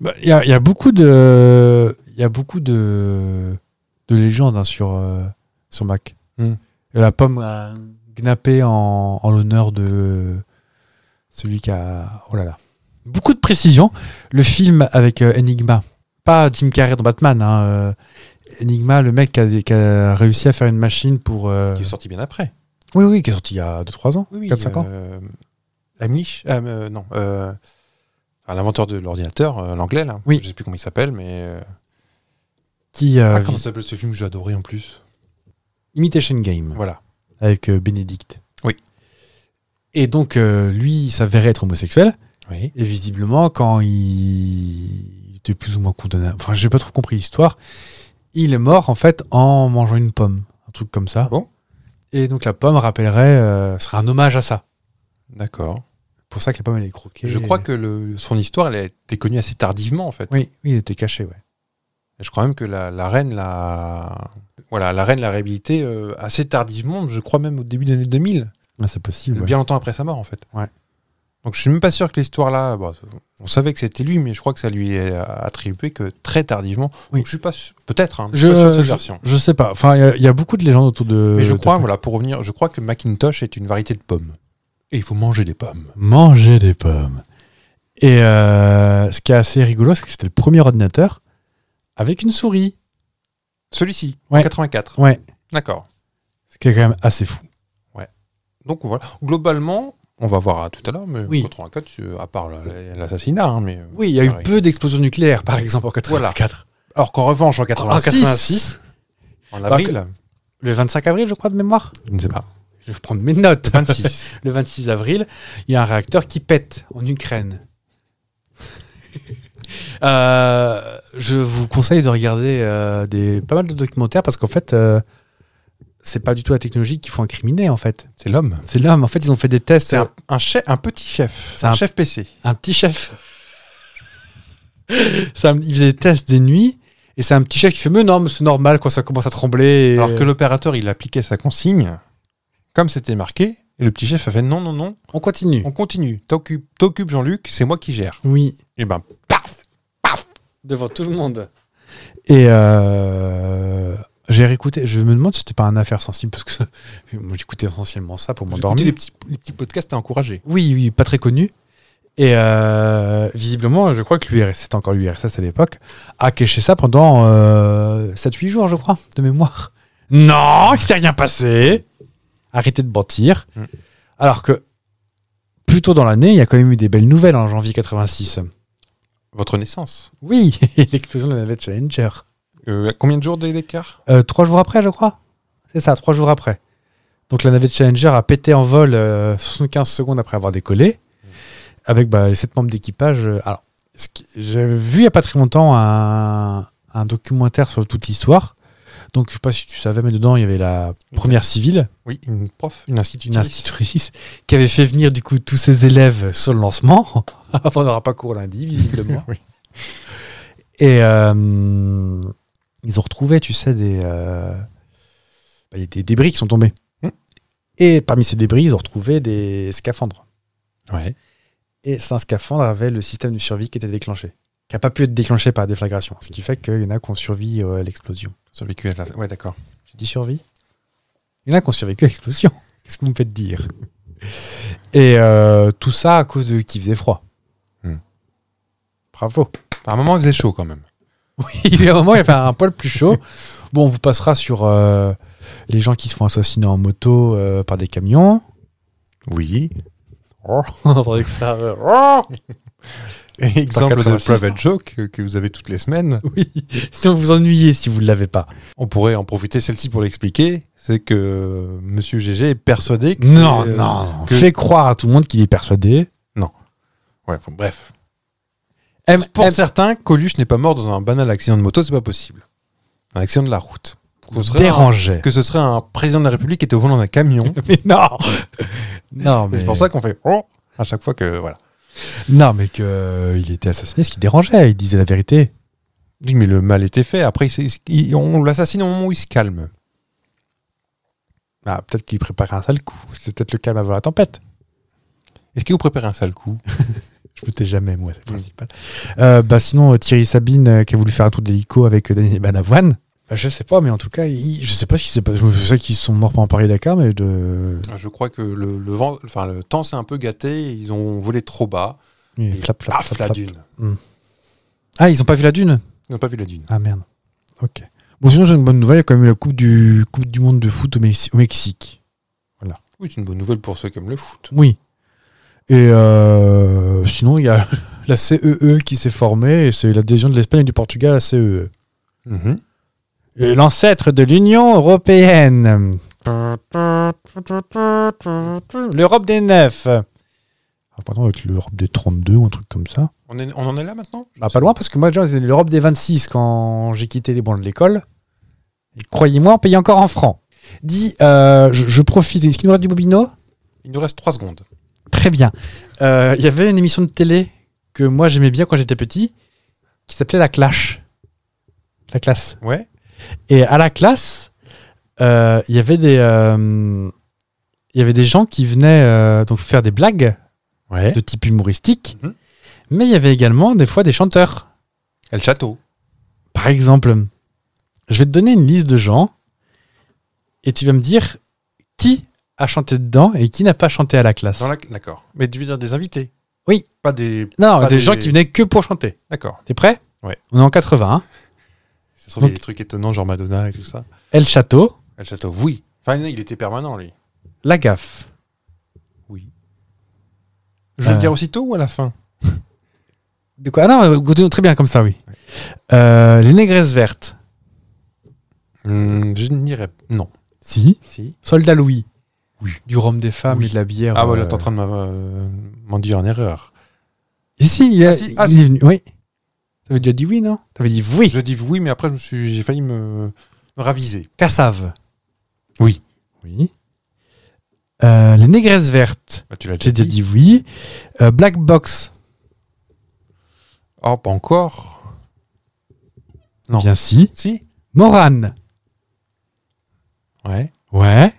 [SPEAKER 1] Bah, Il y, a- il y a beaucoup de. Il y a beaucoup de. de légendes hein, sur, euh, sur Mac.
[SPEAKER 2] Hmm.
[SPEAKER 1] Et la pomme a gnappé en, en l'honneur de celui qui a. Oh là là. Beaucoup de précision. Le film avec euh, Enigma. Pas Jim Carrey dans Batman. hein, euh, Enigma, le mec qui a, qui a réussi à faire une machine pour. euh,
[SPEAKER 2] Qui est sorti bien après.
[SPEAKER 1] Oui, oui, qui est sorti il y a 2-3 ans.
[SPEAKER 2] Oui,
[SPEAKER 1] 4-5 ans.
[SPEAKER 2] euh, Amlish Ah, euh, Non. euh, enfin, L'inventeur de l'ordinateur, euh, l'anglais, là.
[SPEAKER 1] Oui.
[SPEAKER 2] Je sais plus comment il s'appelle, mais. euh,
[SPEAKER 1] Qui. euh,
[SPEAKER 2] ah, comment s'appelle ce film que j'ai adoré en plus
[SPEAKER 1] Imitation Game.
[SPEAKER 2] Voilà.
[SPEAKER 1] avec euh, Bénédicte.
[SPEAKER 2] Oui.
[SPEAKER 1] Et donc, euh, lui, il s'avérait être homosexuel.
[SPEAKER 2] Oui.
[SPEAKER 1] Et visiblement, quand il, il était plus ou moins condamné, enfin, j'ai pas trop compris l'histoire, il est mort en fait en mangeant une pomme, un truc comme ça.
[SPEAKER 2] Ah bon
[SPEAKER 1] Et donc, la pomme rappellerait, euh, serait un hommage à ça.
[SPEAKER 2] D'accord.
[SPEAKER 1] Pour ça que la pomme, elle est croquée.
[SPEAKER 2] Je crois que le- son histoire, elle a été connue assez tardivement, en fait.
[SPEAKER 1] Oui, oui, il était caché, ouais.
[SPEAKER 2] Et Je crois même que la, la reine l'a. Voilà, la reine l'a réhabilité euh, assez tardivement, je crois même au début des années 2000,
[SPEAKER 1] Ah, c'est possible. ouais.
[SPEAKER 2] bien longtemps après sa mort, en fait.
[SPEAKER 1] Ouais.
[SPEAKER 2] Donc je suis même pas sûr que l'histoire là. bon, on savait que c'était lui, mais je crois que ça lui est attribué que très tardivement.
[SPEAKER 1] Oui.
[SPEAKER 2] Donc, je suis pas sûr- Peut-être, hein,
[SPEAKER 1] Je,
[SPEAKER 2] je suis pas sûr de cette
[SPEAKER 1] je- Euh,
[SPEAKER 2] version.
[SPEAKER 1] je sais pas. Enfin, il y a- il y, a beaucoup de légendes autour de.
[SPEAKER 2] mais je
[SPEAKER 1] de-
[SPEAKER 2] crois, voilà, pour revenir, je crois que Macintosh est une variété de pommes. Et il faut manger des pommes.
[SPEAKER 1] manger des pommes. Et euh, ce qui est assez rigolo, c'est que c'était le premier ordinateur avec une souris.
[SPEAKER 2] Celui-ci,
[SPEAKER 1] Ouais.
[SPEAKER 2] 84.
[SPEAKER 1] Ouais,
[SPEAKER 2] D'accord.
[SPEAKER 1] ce qui est quand même assez fou.
[SPEAKER 2] Donc voilà. Globalement, on va voir à tout à l'heure, mais
[SPEAKER 1] Oui.
[SPEAKER 2] 84, c'est- à part la- l'assassinat, hein, mais.
[SPEAKER 1] Ah Oui, il y a eu
[SPEAKER 2] pareil.
[SPEAKER 1] peu d'explosions nucléaires, par exemple, en 84.
[SPEAKER 2] euh, Alors qu'en revanche, en
[SPEAKER 1] En
[SPEAKER 2] 86,
[SPEAKER 1] 86,
[SPEAKER 2] en avril,
[SPEAKER 1] Ah,
[SPEAKER 2] ah,
[SPEAKER 1] le 25 avril, je crois, de mémoire.
[SPEAKER 2] je ne sais pas,
[SPEAKER 1] Je vais prendre mes notes.
[SPEAKER 2] 26.
[SPEAKER 1] Le 26 avril, il y a un réacteur qui pète en Ukraine. Euh, je vous conseille de regarder euh, des, pas mal de documentaires parce qu'en fait, euh, c'est pas du tout la technologie qui font incriminer en fait.
[SPEAKER 2] C'est l'homme.
[SPEAKER 1] C'est l'homme. En fait, ils ont fait des tests.
[SPEAKER 2] C'est un, un chef, un petit chef.
[SPEAKER 1] C'est
[SPEAKER 2] Un,
[SPEAKER 1] un-
[SPEAKER 2] chef PC.
[SPEAKER 1] un petit chef. Ça, il faisait des tests des nuits et c'est un petit chef qui fait mais non mais c'est normal quand ça commence à trembler. et-
[SPEAKER 2] Alors que l'opérateur, il appliquait sa consigne, comme c'était marqué, et le petit chef a fait non, non, non,
[SPEAKER 1] on continue.
[SPEAKER 2] on continue. T'occupes t'occupes Jean-Luc, c'est moi qui gère.
[SPEAKER 1] Oui,
[SPEAKER 2] Et ben, paf
[SPEAKER 1] devant tout le monde. Et euh, j'ai réécouté. Je me demande si c'était pas un affaire sensible parce que ça- moi j'écoutais essentiellement ça pour
[SPEAKER 2] J'écoutais
[SPEAKER 1] m'endormir.
[SPEAKER 2] les petits, les petits podcasts à encourager.
[SPEAKER 1] Oui, oui, pas très connu. Et euh, visiblement, je crois que l'URSS, c'était encore l'URSS à l'époque, a caché ça pendant euh, 7-8 jours, je crois, de mémoire. Non, il s'est rien passé. Arrêtez de mentir.
[SPEAKER 2] Mm.
[SPEAKER 1] Alors que, plus tôt dans l'année, il y a quand même eu des belles nouvelles en janvier 86.
[SPEAKER 2] Votre naissance.
[SPEAKER 1] Oui, l'explosion de la navette Challenger.
[SPEAKER 2] Euh, à combien de jours d'écart
[SPEAKER 1] Euh, trois jours après, je crois. C'est ça, trois jours après. Donc la navette Challenger a pété en vol euh, 75 secondes après avoir décollé, avec bah, les sept membres d'équipage. euh, alors, ce qui- j'ai vu il n'y a pas très longtemps un, un documentaire sur toute l'histoire. Donc, je sais pas si tu savais, mais dedans, il y avait la première civile,
[SPEAKER 2] Oui, une prof, une
[SPEAKER 1] une
[SPEAKER 2] institutrice.
[SPEAKER 1] institutrice, qui avait fait venir du coup tous ses élèves sur le lancement. On n'aura pas cours lundi, visiblement.
[SPEAKER 2] Oui.
[SPEAKER 1] Et euh, ils ont retrouvé, tu sais, des, euh, bah, il y a des débris qui sont tombés.
[SPEAKER 2] Hmm.
[SPEAKER 1] Et parmi ces débris, ils ont retrouvé des scaphandres.
[SPEAKER 2] Ouais.
[SPEAKER 1] Et c'est un scaphandre avait le système de survie qui était déclenché, qui n'a pas pu être déclenché par la déflagration. Ce qui fait qu'il y en a qui ont survécu à l'explosion.
[SPEAKER 2] Survécu à la... Ouais, d'accord.
[SPEAKER 1] J'ai dit survie Il y en a qui ont survécu à l'explosion. Qu'est-ce que vous me faites dire Et euh, tout ça à cause de qu'il faisait froid.
[SPEAKER 2] Hmm.
[SPEAKER 1] Bravo.
[SPEAKER 2] À un moment, il faisait chaud quand même.
[SPEAKER 1] il y a un moment, il fait un poil plus chaud. Bon, on vous passera sur euh, les gens qui se font assassiner en moto euh, par des camions.
[SPEAKER 2] Oui.
[SPEAKER 1] On entendait Oh, que ça. euh, oh
[SPEAKER 2] exemple de
[SPEAKER 1] 86,
[SPEAKER 2] private joke que- que vous avez toutes les semaines.
[SPEAKER 1] oui, sinon vous vous ennuyez si vous ne l'avez pas.
[SPEAKER 2] On pourrait en profiter celle-ci pour l'expliquer. C'est que Monsieur GG est persuadé que.
[SPEAKER 1] Non,
[SPEAKER 2] c'est, euh,
[SPEAKER 1] non.
[SPEAKER 2] que-
[SPEAKER 1] Fait croire à tout le monde qu'il est persuadé.
[SPEAKER 2] Ouais, bon, bref.
[SPEAKER 1] M,
[SPEAKER 2] Pour certains, Coluche n'est pas mort dans un banal accident de moto, c'est pas possible. Un accident de la route. Que ce serait un-
[SPEAKER 1] dérangeait.
[SPEAKER 2] que ce serait un président de la République qui était au volant d'un camion.
[SPEAKER 1] Mais non Non,
[SPEAKER 2] Et
[SPEAKER 1] mais
[SPEAKER 2] C'est pour ça qu'on fait. Oh à chaque fois que. Voilà.
[SPEAKER 1] Non, mais que euh, il était assassiné, ce qui dérangeait. Il disait la vérité.
[SPEAKER 2] Oui, mais le mal était fait. Après, il s'est- il- on l'assassine au moment où il se calme.
[SPEAKER 1] Ah, peut-être qu'il préparait un sale coup. C'est peut-être le calme avant la tempête.
[SPEAKER 2] Est-ce que vous préparez un sale coup
[SPEAKER 1] Je me tais jamais, moi,
[SPEAKER 2] Mm.
[SPEAKER 1] c'est le principal. Euh, bah, sinon, euh, Thierry Sabine euh, qui a voulu faire un tour d'hélico avec euh, Daniel Banavoine. Bah, je sais pas, mais en tout cas, il- je sais pas ce qui s'est passé. Je sais qu'ils sont morts pendant Paris-Dakar, mais de.
[SPEAKER 2] Ah, Je crois que le, le vent, enfin le temps s'est un peu gâté. Ils ont volé trop bas.
[SPEAKER 1] mais
[SPEAKER 2] Et
[SPEAKER 1] flap, flap,
[SPEAKER 2] paf,
[SPEAKER 1] flap,
[SPEAKER 2] la
[SPEAKER 1] flap.
[SPEAKER 2] dune.
[SPEAKER 1] Ah, ils ont pas vu la dune
[SPEAKER 2] Ils n'ont pas vu la dune.
[SPEAKER 1] Ah merde. Ok. Bon, sinon, j'ai une bonne nouvelle. Il y a quand même eu la Coupe du, coupe du Monde de foot au, Mexi- au Mexique.
[SPEAKER 2] Oui, c'est une bonne nouvelle pour ceux qui aiment le foot.
[SPEAKER 1] Oui. Et euh, sinon, il y a la CEE qui s'est formée. et C'est l'adhésion de l'Espagne et du Portugal à la E CEE.
[SPEAKER 2] Mhm.
[SPEAKER 1] Euh, L'ancêtre de l'Union européenne. L'Europe des 9. Pardon, avec l'Europe des 32 ou un truc comme ça.
[SPEAKER 2] on, est- on en est là maintenant
[SPEAKER 1] Bah, pas loin, parce que moi, déjà, c'était l'Europe des 26 quand j'ai quitté les bancs de l'école. Et Croyez-moi, on payait encore en francs. Dis, euh, je, je profite. Est-ce qu'il nous reste du bobino
[SPEAKER 2] Il nous reste 3 secondes.
[SPEAKER 1] Très bien. Euh, Il y avait une émission de télé que moi, j'aimais bien quand j'étais petit, qui s'appelait La Clash. La classe.
[SPEAKER 2] Ouais.
[SPEAKER 1] Et à la classe, euh, il y avait des euh, il y avait des gens qui venaient euh, donc faire des blagues
[SPEAKER 2] Ouais.
[SPEAKER 1] de type humoristique,
[SPEAKER 2] Eh Mhm.
[SPEAKER 1] mais il y avait également des fois des chanteurs.
[SPEAKER 2] El Château.
[SPEAKER 1] Par exemple, je vais te donner une liste de gens et tu vas me dire qui a chanté dedans et qui n'a pas chanté à la classe.
[SPEAKER 2] Dans la- D'accord. Mais tu veux dire des invités
[SPEAKER 1] Oui.
[SPEAKER 2] Pas des.
[SPEAKER 1] Non,
[SPEAKER 2] pas
[SPEAKER 1] des,
[SPEAKER 2] des-
[SPEAKER 1] gens qui venaient que pour chanter.
[SPEAKER 2] D'accord.
[SPEAKER 1] T'es prêt
[SPEAKER 2] Ouais.
[SPEAKER 1] On est en 80.
[SPEAKER 2] Ça se trouve, il y a
[SPEAKER 1] Donc-
[SPEAKER 2] des trucs étonnants, genre Madonna et tout ça.
[SPEAKER 1] El Château,
[SPEAKER 2] El Château, oui. Enfin, il était permanent, lui.
[SPEAKER 1] La Gaffe.
[SPEAKER 2] Oui. Je veux
[SPEAKER 1] Euh.
[SPEAKER 2] le dire aussitôt ou à la fin
[SPEAKER 1] De quoi Ah non, euh, continue très bien comme ça, oui. Euh, les Négresses Vertes.
[SPEAKER 2] Hum, Je n'irai. Non.
[SPEAKER 1] Si.
[SPEAKER 2] Si.
[SPEAKER 1] Soldat Louis. Du rhum des femmes et de la bière.
[SPEAKER 2] Ah,
[SPEAKER 1] euh,
[SPEAKER 2] voilà, t'es en train de m'a- euh, m'enduire en erreur.
[SPEAKER 1] Et si, il, a-
[SPEAKER 2] Ah si, ah
[SPEAKER 1] il
[SPEAKER 2] si.
[SPEAKER 1] est venu. Oui. T'avais déjà dit oui, non T'avais dit oui.
[SPEAKER 2] Je dis oui, mais après, je me suis- j'ai failli me, me raviser.
[SPEAKER 1] Cassave.
[SPEAKER 2] Oui.
[SPEAKER 1] Oui. Euh, les négresses vertes.
[SPEAKER 2] Bah, tu l'as
[SPEAKER 1] J'ai
[SPEAKER 2] déjà
[SPEAKER 1] déjà
[SPEAKER 2] dit.
[SPEAKER 1] dit oui. Euh, Black Box.
[SPEAKER 2] Ah, pas encore. Non.
[SPEAKER 1] Bien si.
[SPEAKER 2] Si.
[SPEAKER 1] Moran.
[SPEAKER 2] Ouais.
[SPEAKER 1] Ouais.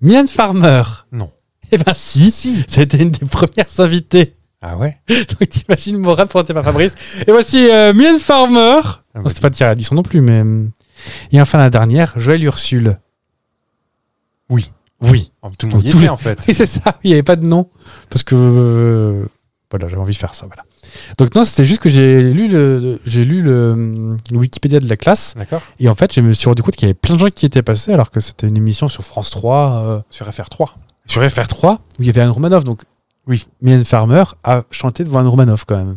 [SPEAKER 1] Mian Farmer.
[SPEAKER 2] Non.
[SPEAKER 1] Eh ben si. C'était une des premières invitées.
[SPEAKER 2] Ah ouais.
[SPEAKER 1] Donc t'imagines Moran présenté par Fabrice. Et voici euh, Mian Farmer.
[SPEAKER 2] Ah,
[SPEAKER 1] Non,
[SPEAKER 2] bah,
[SPEAKER 1] c'était pas tiré à 10 non plus, mais. hum. Et enfin la dernière, Joël Ursule.
[SPEAKER 2] Oui.
[SPEAKER 1] Oui.
[SPEAKER 2] oh, tout le monde y
[SPEAKER 1] Tous
[SPEAKER 2] était
[SPEAKER 1] les-
[SPEAKER 2] en fait.
[SPEAKER 1] Oui, c'est ça. Il n'y avait pas de nom. Parce que. euh, voilà, j'avais envie de faire ça. Voilà. Donc, non, c'était juste que j'ai lu, le, j'ai lu le, le Wikipédia de la classe.
[SPEAKER 2] D'accord.
[SPEAKER 1] Et en fait, je me suis rendu compte qu'il y avait plein de gens qui étaient passés, alors que c'était une émission sur France 3, euh,
[SPEAKER 2] Sur FR3.
[SPEAKER 1] sur FR3, où il y avait Anne Romanoff. Donc,
[SPEAKER 2] Oui.
[SPEAKER 1] Mylène Farmer a chanté devant Anne Romanoff, quand même.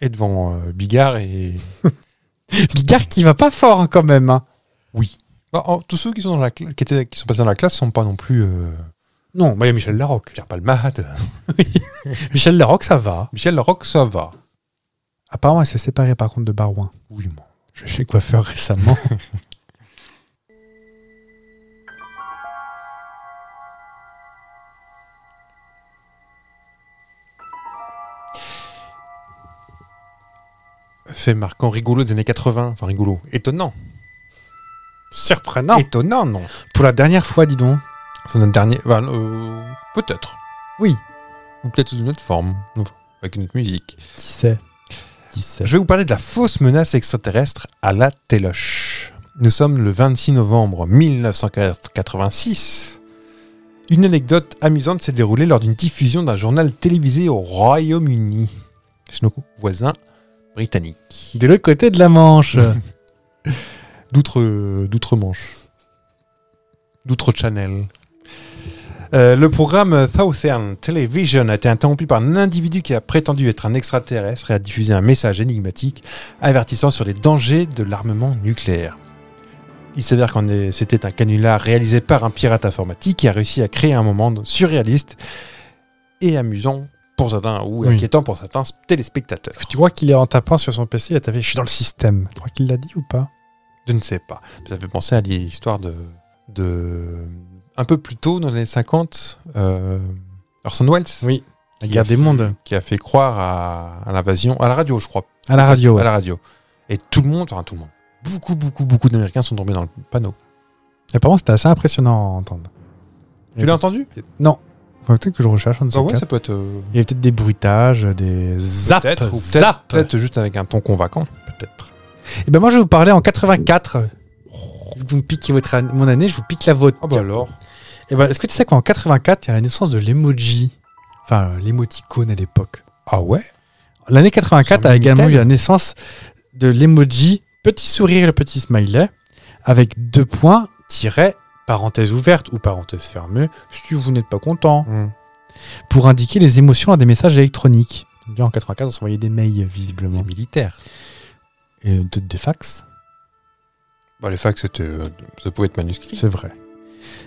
[SPEAKER 2] Et devant euh, Bigard et.
[SPEAKER 1] Bigard qui va pas fort, hein, quand même. hein.
[SPEAKER 2] Bah, en- tous ceux qui sont dans la cla- qui, étaient- qui sont passés dans la classe sont pas non plus euh,
[SPEAKER 1] Non, bah, il y a Michel Larocque.
[SPEAKER 2] Pierre Palmade.
[SPEAKER 1] Michel Larocque, ça va.
[SPEAKER 2] Michel Rock, ça va.
[SPEAKER 1] Apparemment, elle s'est séparée, par contre, de Barouin.
[SPEAKER 2] Oui, bon.
[SPEAKER 1] Je suis coiffeur récemment.
[SPEAKER 2] Fait marquant rigolo des années 80. Enfin, rigolo. Étonnant.
[SPEAKER 1] Surprenant.
[SPEAKER 2] Étonnant, non.
[SPEAKER 1] pour la dernière fois, dis donc.
[SPEAKER 2] C'est notre dernier. enfin, euh, peut-être.
[SPEAKER 1] Oui.
[SPEAKER 2] Ou peut-être sous une autre forme. Enfin, Avec une autre musique.
[SPEAKER 1] Qui sait Qui sait
[SPEAKER 2] Je vais vous parler de la fausse menace extraterrestre à la Téloche. Nous sommes le 26 novembre 1986. Une anecdote amusante s'est déroulée lors d'une diffusion d'un journal télévisé au Royaume-Uni, chez nos voisins britanniques,
[SPEAKER 1] De l'autre côté de la Manche.
[SPEAKER 2] d'outre, euh, d'outre-Manche, d'outre-Channel. Euh, le programme Southern Television a été interrompu par un individu qui a prétendu être un extraterrestre et a diffusé un message énigmatique avertissant sur les dangers de l'armement nucléaire. Il s'avère qu'en est- c'était un canular réalisé par un pirate informatique qui a réussi à créer un moment surréaliste et amusant pour certains ou
[SPEAKER 1] Oui.
[SPEAKER 2] inquiétant pour certains téléspectateurs.
[SPEAKER 1] tu crois qu'il est en tapant sur son PC, il a tapé Je suis dans le système. Tu crois qu'il l'a dit ou pas
[SPEAKER 2] Je ne sais pas. Ça fait penser à l'histoire de, de. Un peu plus tôt, dans les années 50, euh, Orson Welles.
[SPEAKER 1] Oui. La
[SPEAKER 2] Qui
[SPEAKER 1] guerre
[SPEAKER 2] a
[SPEAKER 1] des
[SPEAKER 2] fait-
[SPEAKER 1] mondes.
[SPEAKER 2] Qui a fait croire à, à l'invasion, à la radio, je crois.
[SPEAKER 1] À la radio,
[SPEAKER 2] À
[SPEAKER 1] ouais.
[SPEAKER 2] la radio. Et tout le monde, enfin tout le monde, beaucoup, beaucoup, beaucoup d'Américains sont tombés dans le panneau.
[SPEAKER 1] Apparemment, c'était assez impressionnant à entendre.
[SPEAKER 2] Tu l'as entendu
[SPEAKER 1] Non. Faut peut-être que je recherche un de ces
[SPEAKER 2] Ah ouais,
[SPEAKER 1] quatre.
[SPEAKER 2] ça peut être. euh,
[SPEAKER 1] Il y avait peut-être des bruitages, des zaps.
[SPEAKER 2] peut-être, ou peut-être,
[SPEAKER 1] zaps.
[SPEAKER 2] peut-être juste avec un ton convaincant.
[SPEAKER 1] Peut-être. Et ben moi, je vais vous parler en 84. Vous me piquez votre an- mon année, je vous pique la vôtre.
[SPEAKER 2] Ah bah alors.
[SPEAKER 1] Eh ben, Est-ce que tu sais qu'en 84, il y a la naissance de l'emoji Enfin, euh, l'émoticône à l'époque.
[SPEAKER 2] Ah ouais
[SPEAKER 1] L'année 84
[SPEAKER 2] Sur
[SPEAKER 1] a également eu
[SPEAKER 2] Minitel.
[SPEAKER 1] la naissance de l'emoji petit sourire et le petit smiley avec deux points, tiret, parenthèse ouverte ou parenthèse fermée, si vous n'êtes pas content,
[SPEAKER 2] Hmm.
[SPEAKER 1] pour indiquer les émotions à des messages électroniques. Donc Déjà en 84, on s'envoyait des mails,
[SPEAKER 2] Les
[SPEAKER 1] visiblement.
[SPEAKER 2] militaires.
[SPEAKER 1] Et d'autres des fax,
[SPEAKER 2] Bah les facs, c'était, euh, ça pouvait être manuscrit.
[SPEAKER 1] c'est vrai.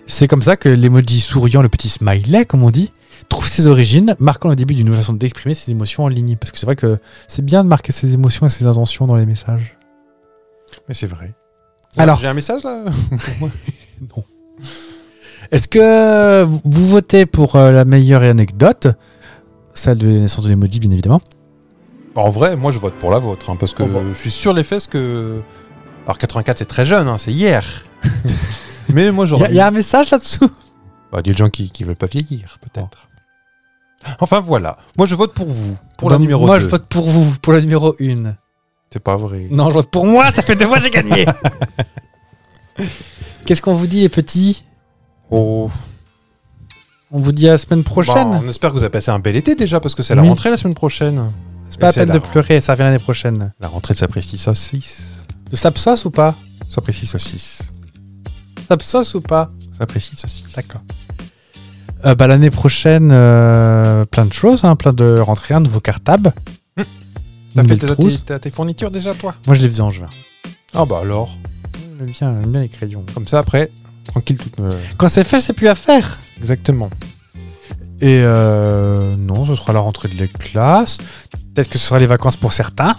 [SPEAKER 1] C'est comme ça que l'emoji souriant, le petit smiley, comme on dit, trouve ses origines, marquant le début d'une nouvelle façon d'exprimer ses émotions en ligne. Parce que c'est vrai que c'est bien de marquer ses émotions et ses intentions dans les messages.
[SPEAKER 2] Mais c'est vrai.
[SPEAKER 1] Alors.
[SPEAKER 2] J'ai un message là
[SPEAKER 1] Non. Est-ce que vous votez pour euh, la meilleure anecdote Celle de la naissance de l'emoji, bien évidemment.
[SPEAKER 2] En vrai, moi je vote pour la vôtre, hein, parce que
[SPEAKER 1] Oh bah.
[SPEAKER 2] je suis sur les fesses que. Alors 84 c'est très jeune, hein, c'est hier. Mais moi
[SPEAKER 1] Il y a-
[SPEAKER 2] j'aurais.
[SPEAKER 1] il y, a un message là-dessous
[SPEAKER 2] Bah, des gens qui, qui veulent pas vieillir, peut-être. Enfin voilà, moi je vote pour vous, pour la
[SPEAKER 1] Bah,
[SPEAKER 2] numéro
[SPEAKER 1] Moi,
[SPEAKER 2] 2.
[SPEAKER 1] je vote Mm. pour vous, pour la numéro 1.
[SPEAKER 2] C'est pas vrai.
[SPEAKER 1] Non, je vote pour moi, ça fait deux fois j'ai gagné Qu'est-ce qu'on vous dit, les petits
[SPEAKER 2] Oh.
[SPEAKER 1] On vous dit à la semaine prochaine
[SPEAKER 2] Bah, on espère que vous avez passé un bel été déjà, parce que c'est la
[SPEAKER 1] Oui.
[SPEAKER 2] rentrée la semaine prochaine.
[SPEAKER 1] C'est pas
[SPEAKER 2] Et
[SPEAKER 1] la peine
[SPEAKER 2] la,
[SPEAKER 1] de pleurer, ça revient l'année prochaine.
[SPEAKER 2] La rentrée de Sapristi Saucisse.
[SPEAKER 1] De Sapsos ou pas
[SPEAKER 2] Sapristi Saucisse.
[SPEAKER 1] Sapsos ou pas
[SPEAKER 2] Sapristi Saucisse.
[SPEAKER 1] D'accord. Euh, bah, l'année prochaine, euh, plein de choses, hein, plein de rentrées, un nouveau cartable.
[SPEAKER 2] T'as fait
[SPEAKER 1] Nouvelle
[SPEAKER 2] tes,
[SPEAKER 1] trousse.
[SPEAKER 2] tes- t'as tes fournitures déjà, toi
[SPEAKER 1] Moi, je les faisais en juin.
[SPEAKER 2] Ah bah alors.
[SPEAKER 1] Hum, J'aime bien, j'aime bien les crayons.
[SPEAKER 2] Comme ça, après, tranquille euh, toute. me-
[SPEAKER 1] Quand c'est fait, c'est plus à faire.
[SPEAKER 2] Exactement.
[SPEAKER 1] Et euh, non, ce sera la rentrée de la classe. Peut-être que ce sera les vacances pour certains.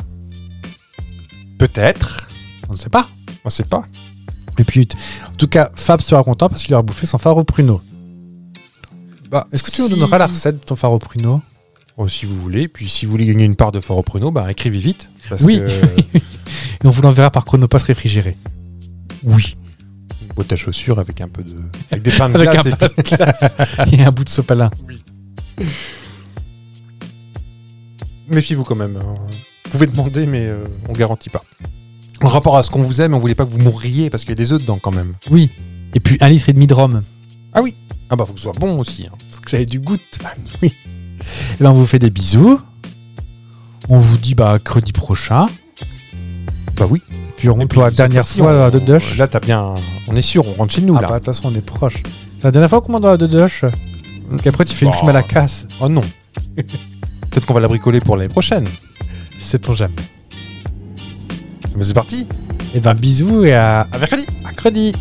[SPEAKER 2] Peut-être.
[SPEAKER 1] On ne sait pas.
[SPEAKER 2] On sait pas.
[SPEAKER 1] Et puis, t- en tout cas, Fab sera content parce qu'il aura bouffé son phare au pruneau.
[SPEAKER 2] Bah,
[SPEAKER 1] Est-ce que tu nous donneras la recette de ton phare au pruneau
[SPEAKER 2] Oh, si vous voulez. Puis si vous voulez gagner une part de fort au pruneau, bah, écrivez vite. Parce
[SPEAKER 1] Oui.
[SPEAKER 2] que euh,
[SPEAKER 1] Et on vous l'enverra par chronopost réfrigéré. Oui.
[SPEAKER 2] une boîte à chaussures avec un peu de. Avec des pains de
[SPEAKER 1] Avec
[SPEAKER 2] glace.
[SPEAKER 1] un
[SPEAKER 2] et
[SPEAKER 1] pain
[SPEAKER 2] puis-
[SPEAKER 1] Et un bout de sopalin.
[SPEAKER 2] Méfiez-vous quand même. hein. Vous pouvez demander, mais euh, on garantit pas. En rapport à ce qu'on vous aime, on voulait pas que vous mouriez parce qu'il y a des œufs dedans quand même.
[SPEAKER 1] Oui. Et puis un litre et demi de rhum.
[SPEAKER 2] Ah bah faut que ce soit bon aussi. hein.
[SPEAKER 1] Faut que ça ait du goût. Ah, Oui. Et ben, on vous fait des bisous. On vous dit bah mercredi prochain.
[SPEAKER 2] Bah oui.
[SPEAKER 1] Puis on
[SPEAKER 2] Et
[SPEAKER 1] rentre
[SPEAKER 2] puis,
[SPEAKER 1] pour la
[SPEAKER 2] cette
[SPEAKER 1] dernière
[SPEAKER 2] fois-ci,
[SPEAKER 1] fois
[SPEAKER 2] on-
[SPEAKER 1] à Dodoche.
[SPEAKER 2] Là t'as bien. On est sûr, on rentre chez nous
[SPEAKER 1] Ah
[SPEAKER 2] là.
[SPEAKER 1] bah, de toute façon, on est proche. C'est La dernière fois qu'on mange dans la Dodoche. Donc après, tu fais une
[SPEAKER 2] Bah.
[SPEAKER 1] crime à la casse.
[SPEAKER 2] Oh non. Peut-être qu'on va la bricoler pour l'année prochaine.
[SPEAKER 1] Sait-on jamais.
[SPEAKER 2] Mais c'est parti.
[SPEAKER 1] Et ben bisous et à
[SPEAKER 2] À mercredi.
[SPEAKER 1] mercredi.